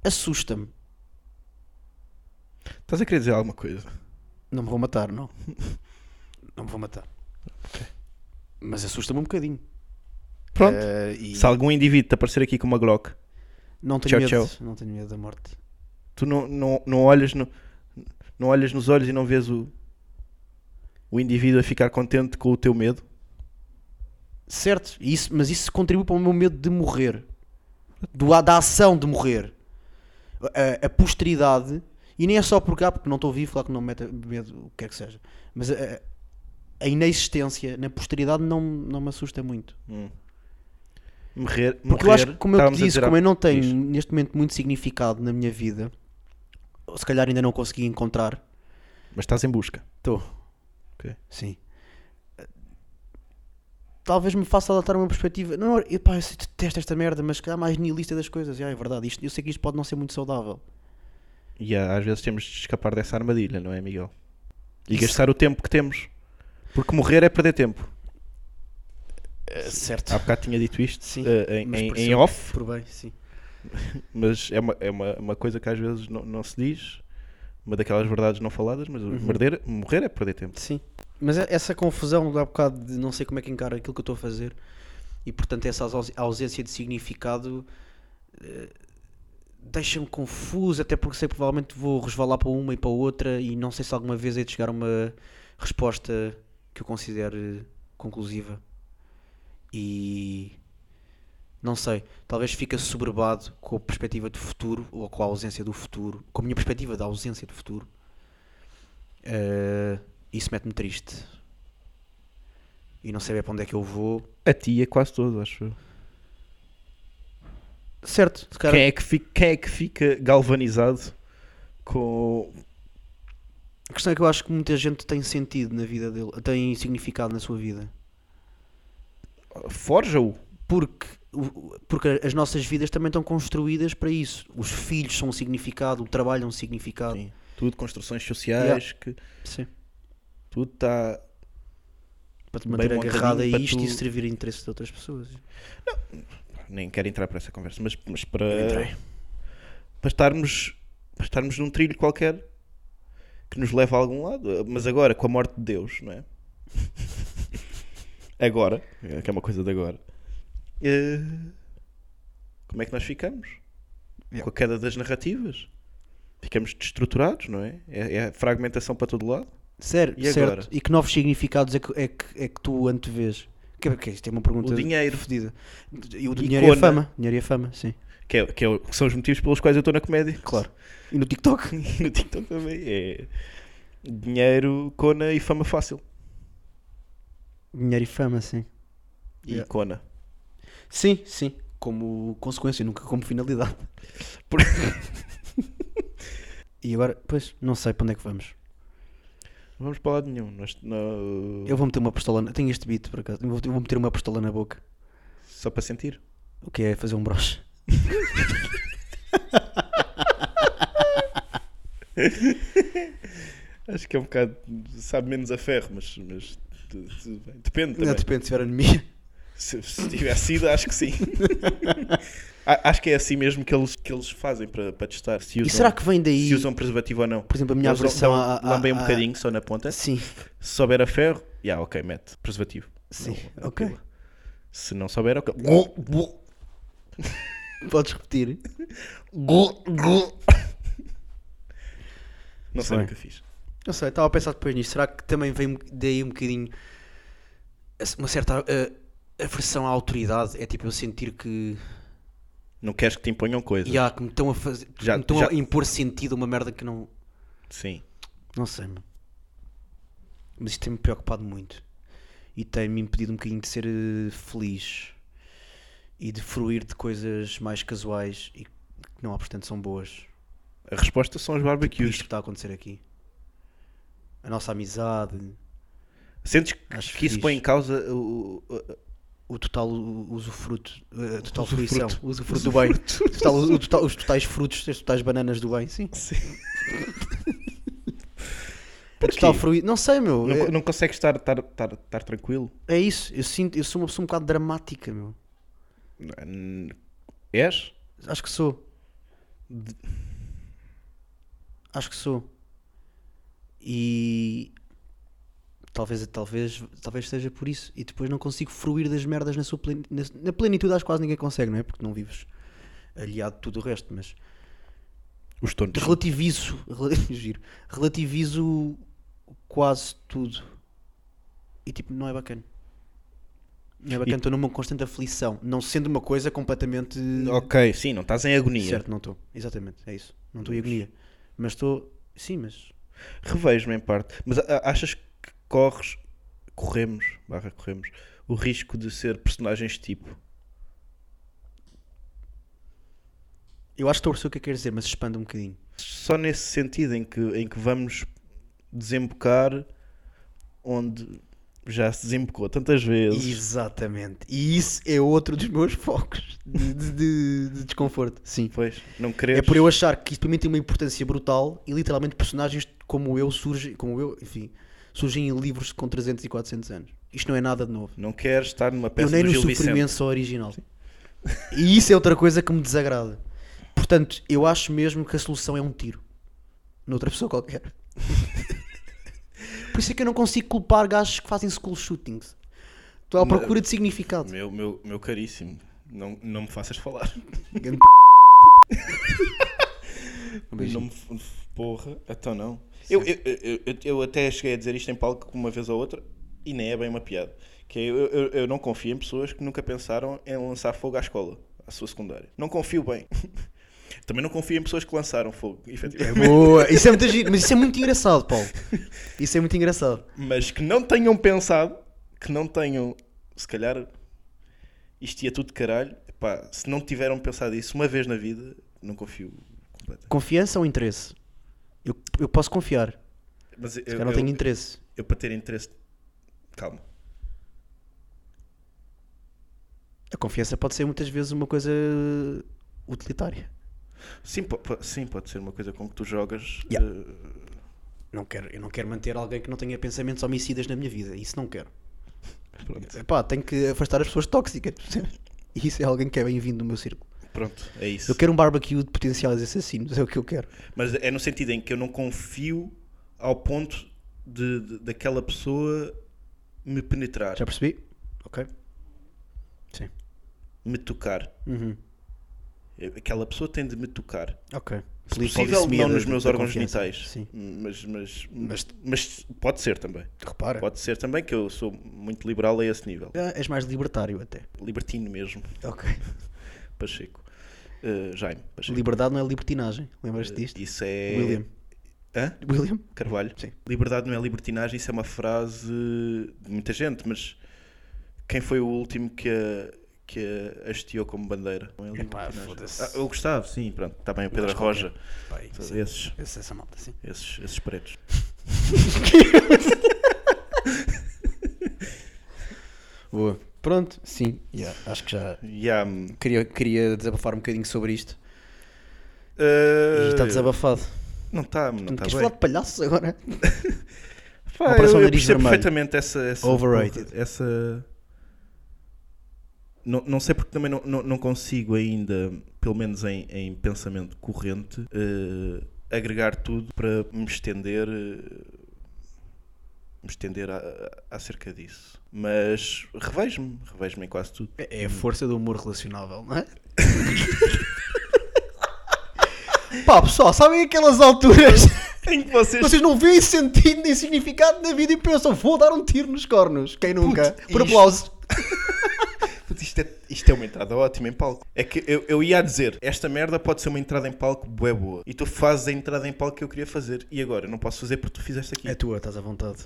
assusta-me. estás a querer dizer alguma coisa? Não me vou matar, não. [LAUGHS] Não me vou matar. Mas assusta-me um bocadinho. Pronto. Eh, e Se algum indivíduo te aparecer aqui com uma Glock, não, tenho Tchau, medo, tchau. não tenho medo da morte. tu não, não, não, olhas no- não olhas nos olhos e não vês o, o indivíduo a ficar contente com o teu medo? Certo, isso, mas isso contribui para o meu medo de morrer. Do, a- da ação de morrer. A, a posteridade, e nem é só por cá, porque não estou vivo, claro que não me mete medo, o que quer que seja. Mas a, a inexistência na posteridade não, não me assusta muito. Morrer, Porque eu morrer, acho que, como eu te estávamos a disse, dizer há- como eu não tenho Diz. neste momento muito significado na minha vida, ou se calhar ainda não consegui encontrar, Mas estás em busca. estou. Ok. Sim. Talvez me faça adotar uma perspectiva. Não, eu, pá, eu sei- detesto esta merda, mas se calhar mais nihilista das coisas. Ah, é verdade, isto, eu sei que isto pode não ser muito saudável. E ah, às vezes temos de escapar dessa armadilha, não é, Miguel? E Isso. gastar o tempo que temos. Porque morrer é perder tempo. certo. Há bocado tinha dito isto Sim, eh, em, mas em- por em ser- off, Por bem, sim. mas é uma, é uma, uma coisa que às vezes não, não se diz. Uma daquelas verdades não faladas, mas o morder- morrer é perder tempo. Sim. Mas é- essa confusão de há bocado de não sei como é que encaro aquilo que eu estou a fazer e portanto essa aus- ausência de significado eh, deixa-me confuso, até porque sei que provavelmente vou resvalar para uma e para outra e não sei se alguma vez hei de chegar a uma resposta que eu considere conclusiva. E não sei, talvez fique assoberbado com a perspectiva do futuro ou com a ausência do futuro, com a minha perspectiva da ausência do futuro. Eh, isso mete-me triste. E não saber para onde é que eu vou. A ti é quase todo, acho eu. Certo, se calhar. Quem, é que fica, quem é que fica galvanizado com. A questão é que eu acho que muita gente tem sentido na vida dele, tem significado na sua vida. Forja-o. Porque, o- o- porque as nossas vidas também estão construídas para isso. Os filhos são um significado, o trabalho é um significado. Sim. Tudo, construções sociais, que Sim. tudo tá está. Para te Bem manter montadinho, agarrado a para isto e tu- servir a interesse de outras pessoas. Nem quero entrar para essa conversa, mas, mas para. Entrei. para estarmos, para estarmos num trilho qualquer que nos leva a algum lado. Mas agora, com a morte de Deus, [LAUGHS] não é? Agora, que é uma coisa de agora, eh, como é que nós ficamos? Yeah. Com a queda das narrativas? Ficamos destruturados, não é? É, é fragmentação para todo lado? Sério, E certo. agora? E que novos significados é que, é que, é que tu antevês? Que, que isto é uma pergunta O dinheiro. fodida. E o Icona. dinheiro e a fama. Dinheiro e a fama, sim. Que, é, que, é o- que são os motivos pelos quais eu estou na comédia. Claro. E no TikTok. E [LAUGHS] no TikTok também. É dinheiro, cona e fama fácil. Dinheiro e fama, sim. E Yeah. cona. Sim, sim. Como consequência, nunca como finalidade. [LAUGHS] Por- E agora, pois, não sei para onde é que vamos. Não vamos para lado nenhum. Nós, não- Eu vou meter uma pistola. Na... Tenho este beat, por acaso. Eu vou, eu vou meter uma pistola na boca. Só para sentir. O que é fazer um broche? Acho que é um bocado. Sabe menos a ferro, mas. mas tu- tu- bem, depende também. Não, depende se tiver anemia. Se, se tiver sido, acho que [LAUGHS] sim. A- acho que é assim mesmo que eles, que eles fazem para, para testar. Se usam, E será que vem daí, se usam preservativo ou não? por exemplo, a minha Eles aversão dão- à- à- Lambem um à- bocadinho só na ponta. Se Sim, souber a ferro, já, ok, mete. Preservativo. sim. Não, ok. pila. Se não souber, ok. Podes repetir. Não Sim. sei o que eu fiz. Não sei, estava a pensar depois nisto. Será que também vem daí um bocadinho uma certa eh, aversão à autoridade? É tipo eu sentir que. Não queres que te imponham coisas. E há que me estão a fazer. que Já- me estão já- a impor sentido a uma merda que não. Sim. Não sei, meu. Mas isto tem-me preocupado muito. E tem-me impedido um bocadinho de ser eh, feliz e de fruir de coisas mais casuais e que não há, portanto, são boas. A resposta são os Tipo isto barbecues. que está a acontecer aqui. A nossa amizade, Sentes que, Acho que isso fixe. põe em causa o. o- o- o total u- usufruto, eh, a total Usufruto. fruição, o usufruto do bem. [LAUGHS] Total- o total- os totais frutos, as totais bananas do bem, sim. O total fruído, não sei, meu. Não, é- co- não consegues estar, estar, estar, estar tranquilo? É isso, eu, sinto, eu sou uma pessoa um bocado dramática, meu. Hum, És? Acho que sou. Acho que sou. E talvez, talvez, talvez seja por isso. E depois não consigo fruir das merdas na sua plen- na, na plenitude. Acho que quase ninguém consegue, não é? Porque não vives aliado de tudo o resto, mas Os tontos. relativizo, rela- [LAUGHS] giro, relativizo quase tudo. E tipo, não é bacana. Não é bacana, estou numa constante aflição, não sendo uma coisa completamente Ok, sim, não estás em agonia. Certo, não estou. Exatamente, é isso. Não estou em agonia. Mas estou. Sim, mas. Revejo-me em parte. Mas a- a- achas que corres, corremos, barra corremos, o risco de ser personagens tipo? Eu acho que estou a perceber o que é que quer dizer, mas expanda um bocadinho. Só nesse sentido em que, em que vamos desembocar onde já se desembocou tantas vezes. Exatamente. E isso é outro dos meus focos de, de- de- de desconforto. Sim. Pois, não quereres. É por eu achar que isto para mim tem uma importância brutal e literalmente personagens como eu surgem, como eu, enfim, surgem em livros com 300 e 400 anos. Isto não é nada de novo. Não queres estar numa Eu peça nem do no Gil Vicente. sofrimento só original. E isso é outra coisa que me desagrada. Portanto, eu acho mesmo que a solução é um tiro. Noutra pessoa qualquer. Por isso é que eu não consigo culpar gajos que fazem school shootings. Estou à Mas- é procura de significado. Meu, meu, meu caríssimo, não, não me faças falar. [LAUGHS] Grande Não me, f- porra, então não. Eu, eu, eu, eu- eu até cheguei a dizer isto em palco uma vez ou outra e nem é bem uma piada. Que é, eu, eu, eu não confio em pessoas que nunca pensaram em lançar fogo à escola, à sua secundária. Não confio bem. [LAUGHS] Também não confio em pessoas que lançaram fogo, É efetivamente. boa. Isso é muito giro, mas isso é muito engraçado, Paulo. Isso é muito engraçado. Mas que não tenham pensado, que não tenham, se calhar, isto ia tudo de caralho. Epá, se não tiveram pensado isso uma vez na vida, não confio completamente. Confiança ou interesse? Eu, eu posso confiar. Mas eu, Se eu, calhar não tenho eu, interesse. eu para ter interesse. Calma. A confiança pode ser muitas vezes uma coisa utilitária. Sim, po- po- sim, pode ser uma coisa com que tu jogas. Yeah. eh, Não quero, eu não quero manter alguém que não tenha pensamentos homicidas na minha vida. Isso não quero. pronto, Epá, tenho que afastar as pessoas tóxicas. [LAUGHS] Isso é alguém que é bem-vindo no meu círculo. pronto, é isso. Eu quero um barbecue de potenciais assassinos, é o que eu quero. Mas é no sentido em que eu não confio ao ponto de, de- daquela pessoa me penetrar, Já percebi? Ok. Sim. me tocar. Eh, Uhum. Aquela pessoa tem de me tocar. Ok. Se possível, não nos meus órgãos genitais. Mas, mas, mas, mas pode ser também. Repara. Pode ser também que eu sou muito liberal a esse nível. Ah, És mais libertário até. Libertino mesmo, Ok. Pacheco. Eh, Jaime, Pacheco. Liberdade não é libertinagem. Lembras-te disto? Isso é. William. Hã? William? Carvalho. Sim. Liberdade não é libertinagem, isso é uma frase de muita gente, mas quem foi o último que a, que a hasteou como bandeira? Não é Epá, libertinagem. foda-se. Ah, o Gustavo, sim, pronto, está bem, o Pedro Mas é qualquer. Roja, Pai, Todos sim. esses, Essa, essa malta, sim. esses, esses pretos. Boa. Pronto, sim. yeah, Acho que já. E há, hum, Queria, queria desabafar um bocadinho sobre isto. eh, E está desabafado. Não está, não está Portanto, queres bem. falar de palhaços agora? Pá, eu, Operação eu um Nariz percebo Vermelho. perfeitamente essa. essa Overrated. Essa. Não, não sei porque também não, não, não consigo ainda, pelo menos em, em pensamento corrente, eh, agregar tudo para me estender. eh, me estender a- a- acerca disso. Mas revejo-me, revejo-me em quase tudo. [LAUGHS] É a força do humor relacionável, não é? [LAUGHS] Pá, pessoal, sabem aquelas [LAUGHS] alturas? Em que vocês. Vocês não veem sentido nem significado na vida e pensam, vou dar um tiro nos cornos. Quem nunca? Puto, Por isto- aplausos. Putz, Isto é, isto é uma entrada ótima em palco. É que eu, eu ia a dizer, esta merda pode ser uma entrada em palco bué boa. E tu fazes a entrada em palco que eu queria fazer. E agora? Eu não posso fazer porque tu fizeste aqui. É tua, estás à vontade.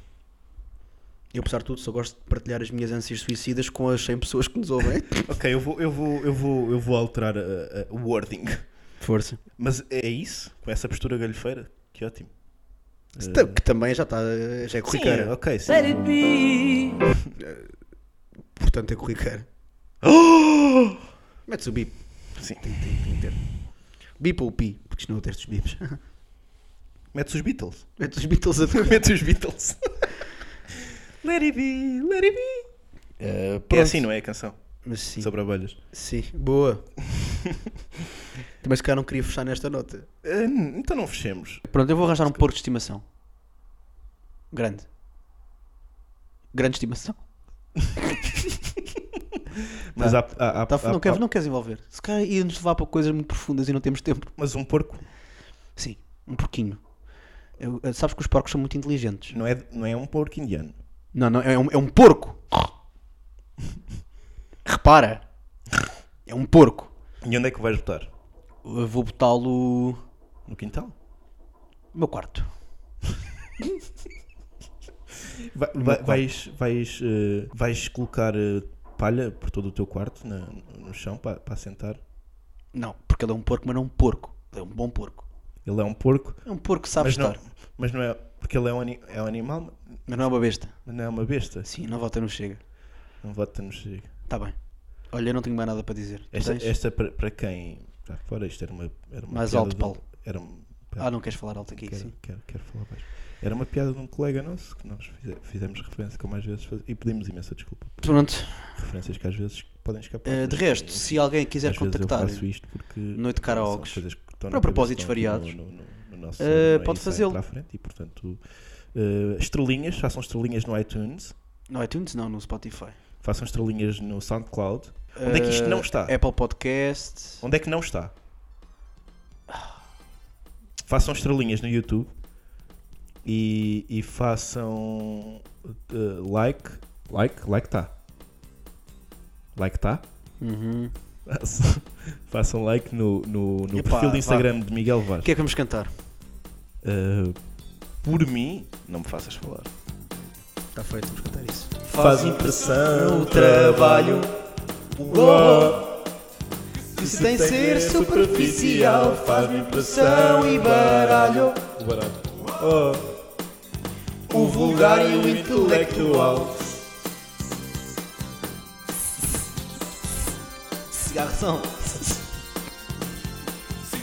Eu, apesar de tudo, só gosto de partilhar as minhas ânsias suicidas com as 100 pessoas que nos ouvem. Ok, eu vou, eu vou, eu vou, eu vou alterar a- a- o wording. Força. Mas é isso? Com essa postura galhofeira? Que ótimo. Que também já está, já é Sim, é, corriqueira. ok, sim. Portanto, é corriqueira. Metes o bip. [GASPS] Sim. Bip ou pi, porque é senão eu testo os bips. [LAUGHS] Metes os Beatles. Metes os Beatles a tocar. Metes os Beatles. let it be, let it be. É assim, não é a canção? Mas sim, Sobre abelhas. sim. Boa. Mas se calhar não queria fechar nesta nota. Ah, n- então não fechemos. Pronto, eu vou arranjar um porco de estimação. Grande. Grande estimação. Mas há, há, há- Tá, há- não, queres, há- não queres envolver. Se calhar ia-nos levar para coisas muito profundas e não temos tempo. Mas um porco Sim, um porquinho. Eu- eu- sabes que os porcos são muito inteligentes. não é, não é um porco indiano. Não, não, é um, é um porco. Repara. É um porco. E onde é que vais botar? Eu vou botá-lo no No quintal? meu quarto. Vai- vai- vais, vais, eh, vais colocar eh, palha por todo o teu quarto na- no chão para, para sentar. Não, porque ele é um porco, mas não um porco. Ele é um bom porco. Ele é um porco, É um porco que sabe mas não, estar, mas não é. Porque ele é um, ani- é um animal, mas não é uma besta. mas não é uma besta. Sim, não volta, não chega. Não vota nos chega. Está bem. Olha, eu não tenho mais nada para dizer. Tu Esta, é- tens? esta para, para quem está fora, isto era uma. Era uma Mais piada alto, de um- Paulo. Era, um- Ah, não queres falar alto aqui? quero, Sim. quero- quero falar baixo. Era uma piada de um colega nosso que nós fize- fizemos referência, como às vezes faz, e pedimos imensa desculpa por Pronto. referências que às vezes podem escapar. Eh, de mas, resto, eh, se alguém quiser Às vezes eu contactar, faço isto porque Noite de karaokes, são coisas que estão para na propósitos cabeça, variados, estão aqui no- no- no- no nosso- eh, no pode ensaio fazê-lo. para a frente e portanto eh, estrelinhas façam estrelinhas no iTunes no iTunes não, no Spotify. Eh, façam estrelinhas no SoundCloud onde é que isto não está Apple Podcast. onde é que não está façam estrelinhas no YouTube e, e façam eh, like like like tá like tá Uhum. Façam- [LAUGHS] Façam like no, no, no Epá, perfil vá. do Instagram de Miguel Vaz. O que é que vamos cantar? Uh, por mim, não me faças falar. Está Tá feito, vamos cantar isso. Faz impressão O trabalho. Uou. Que se tem ser superficial, faz-me impressão e baralho. O vulgar e o intelectual. Cigarrão.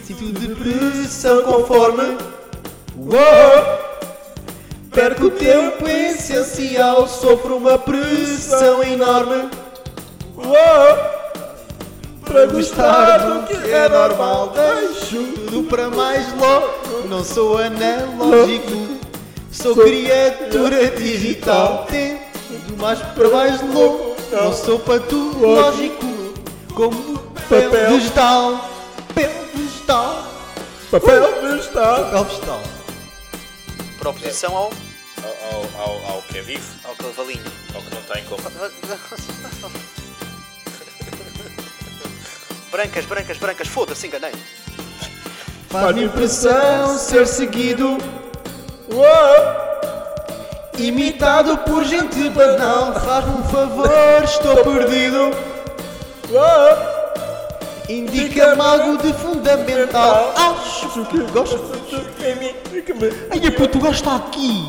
Sinto depressão conforme. Uou. Perco o tempo essencial, sofro uma pressão enorme. Uou! Para É gostar do que é normal, deixo tudo para mais logo. Não sou analógico, sou criatura digital. Tendo mais para mais louco, não sou patológico, como papel vegetal. Papel vegetal. Papel vegetal. Por oposição ao, Ao, ao, ao que é vivo, ao cavalinho. ao que não tem como. Brancas, brancas, brancas, foda-se, enganei. Faz-me impressão ser seguido, uou, imitado por gente banal. Faz-me um favor, estou perdido, uou, indica-me algo de fundamental. Acho que eu gosto. é Ai, puto, o gajo está aqui.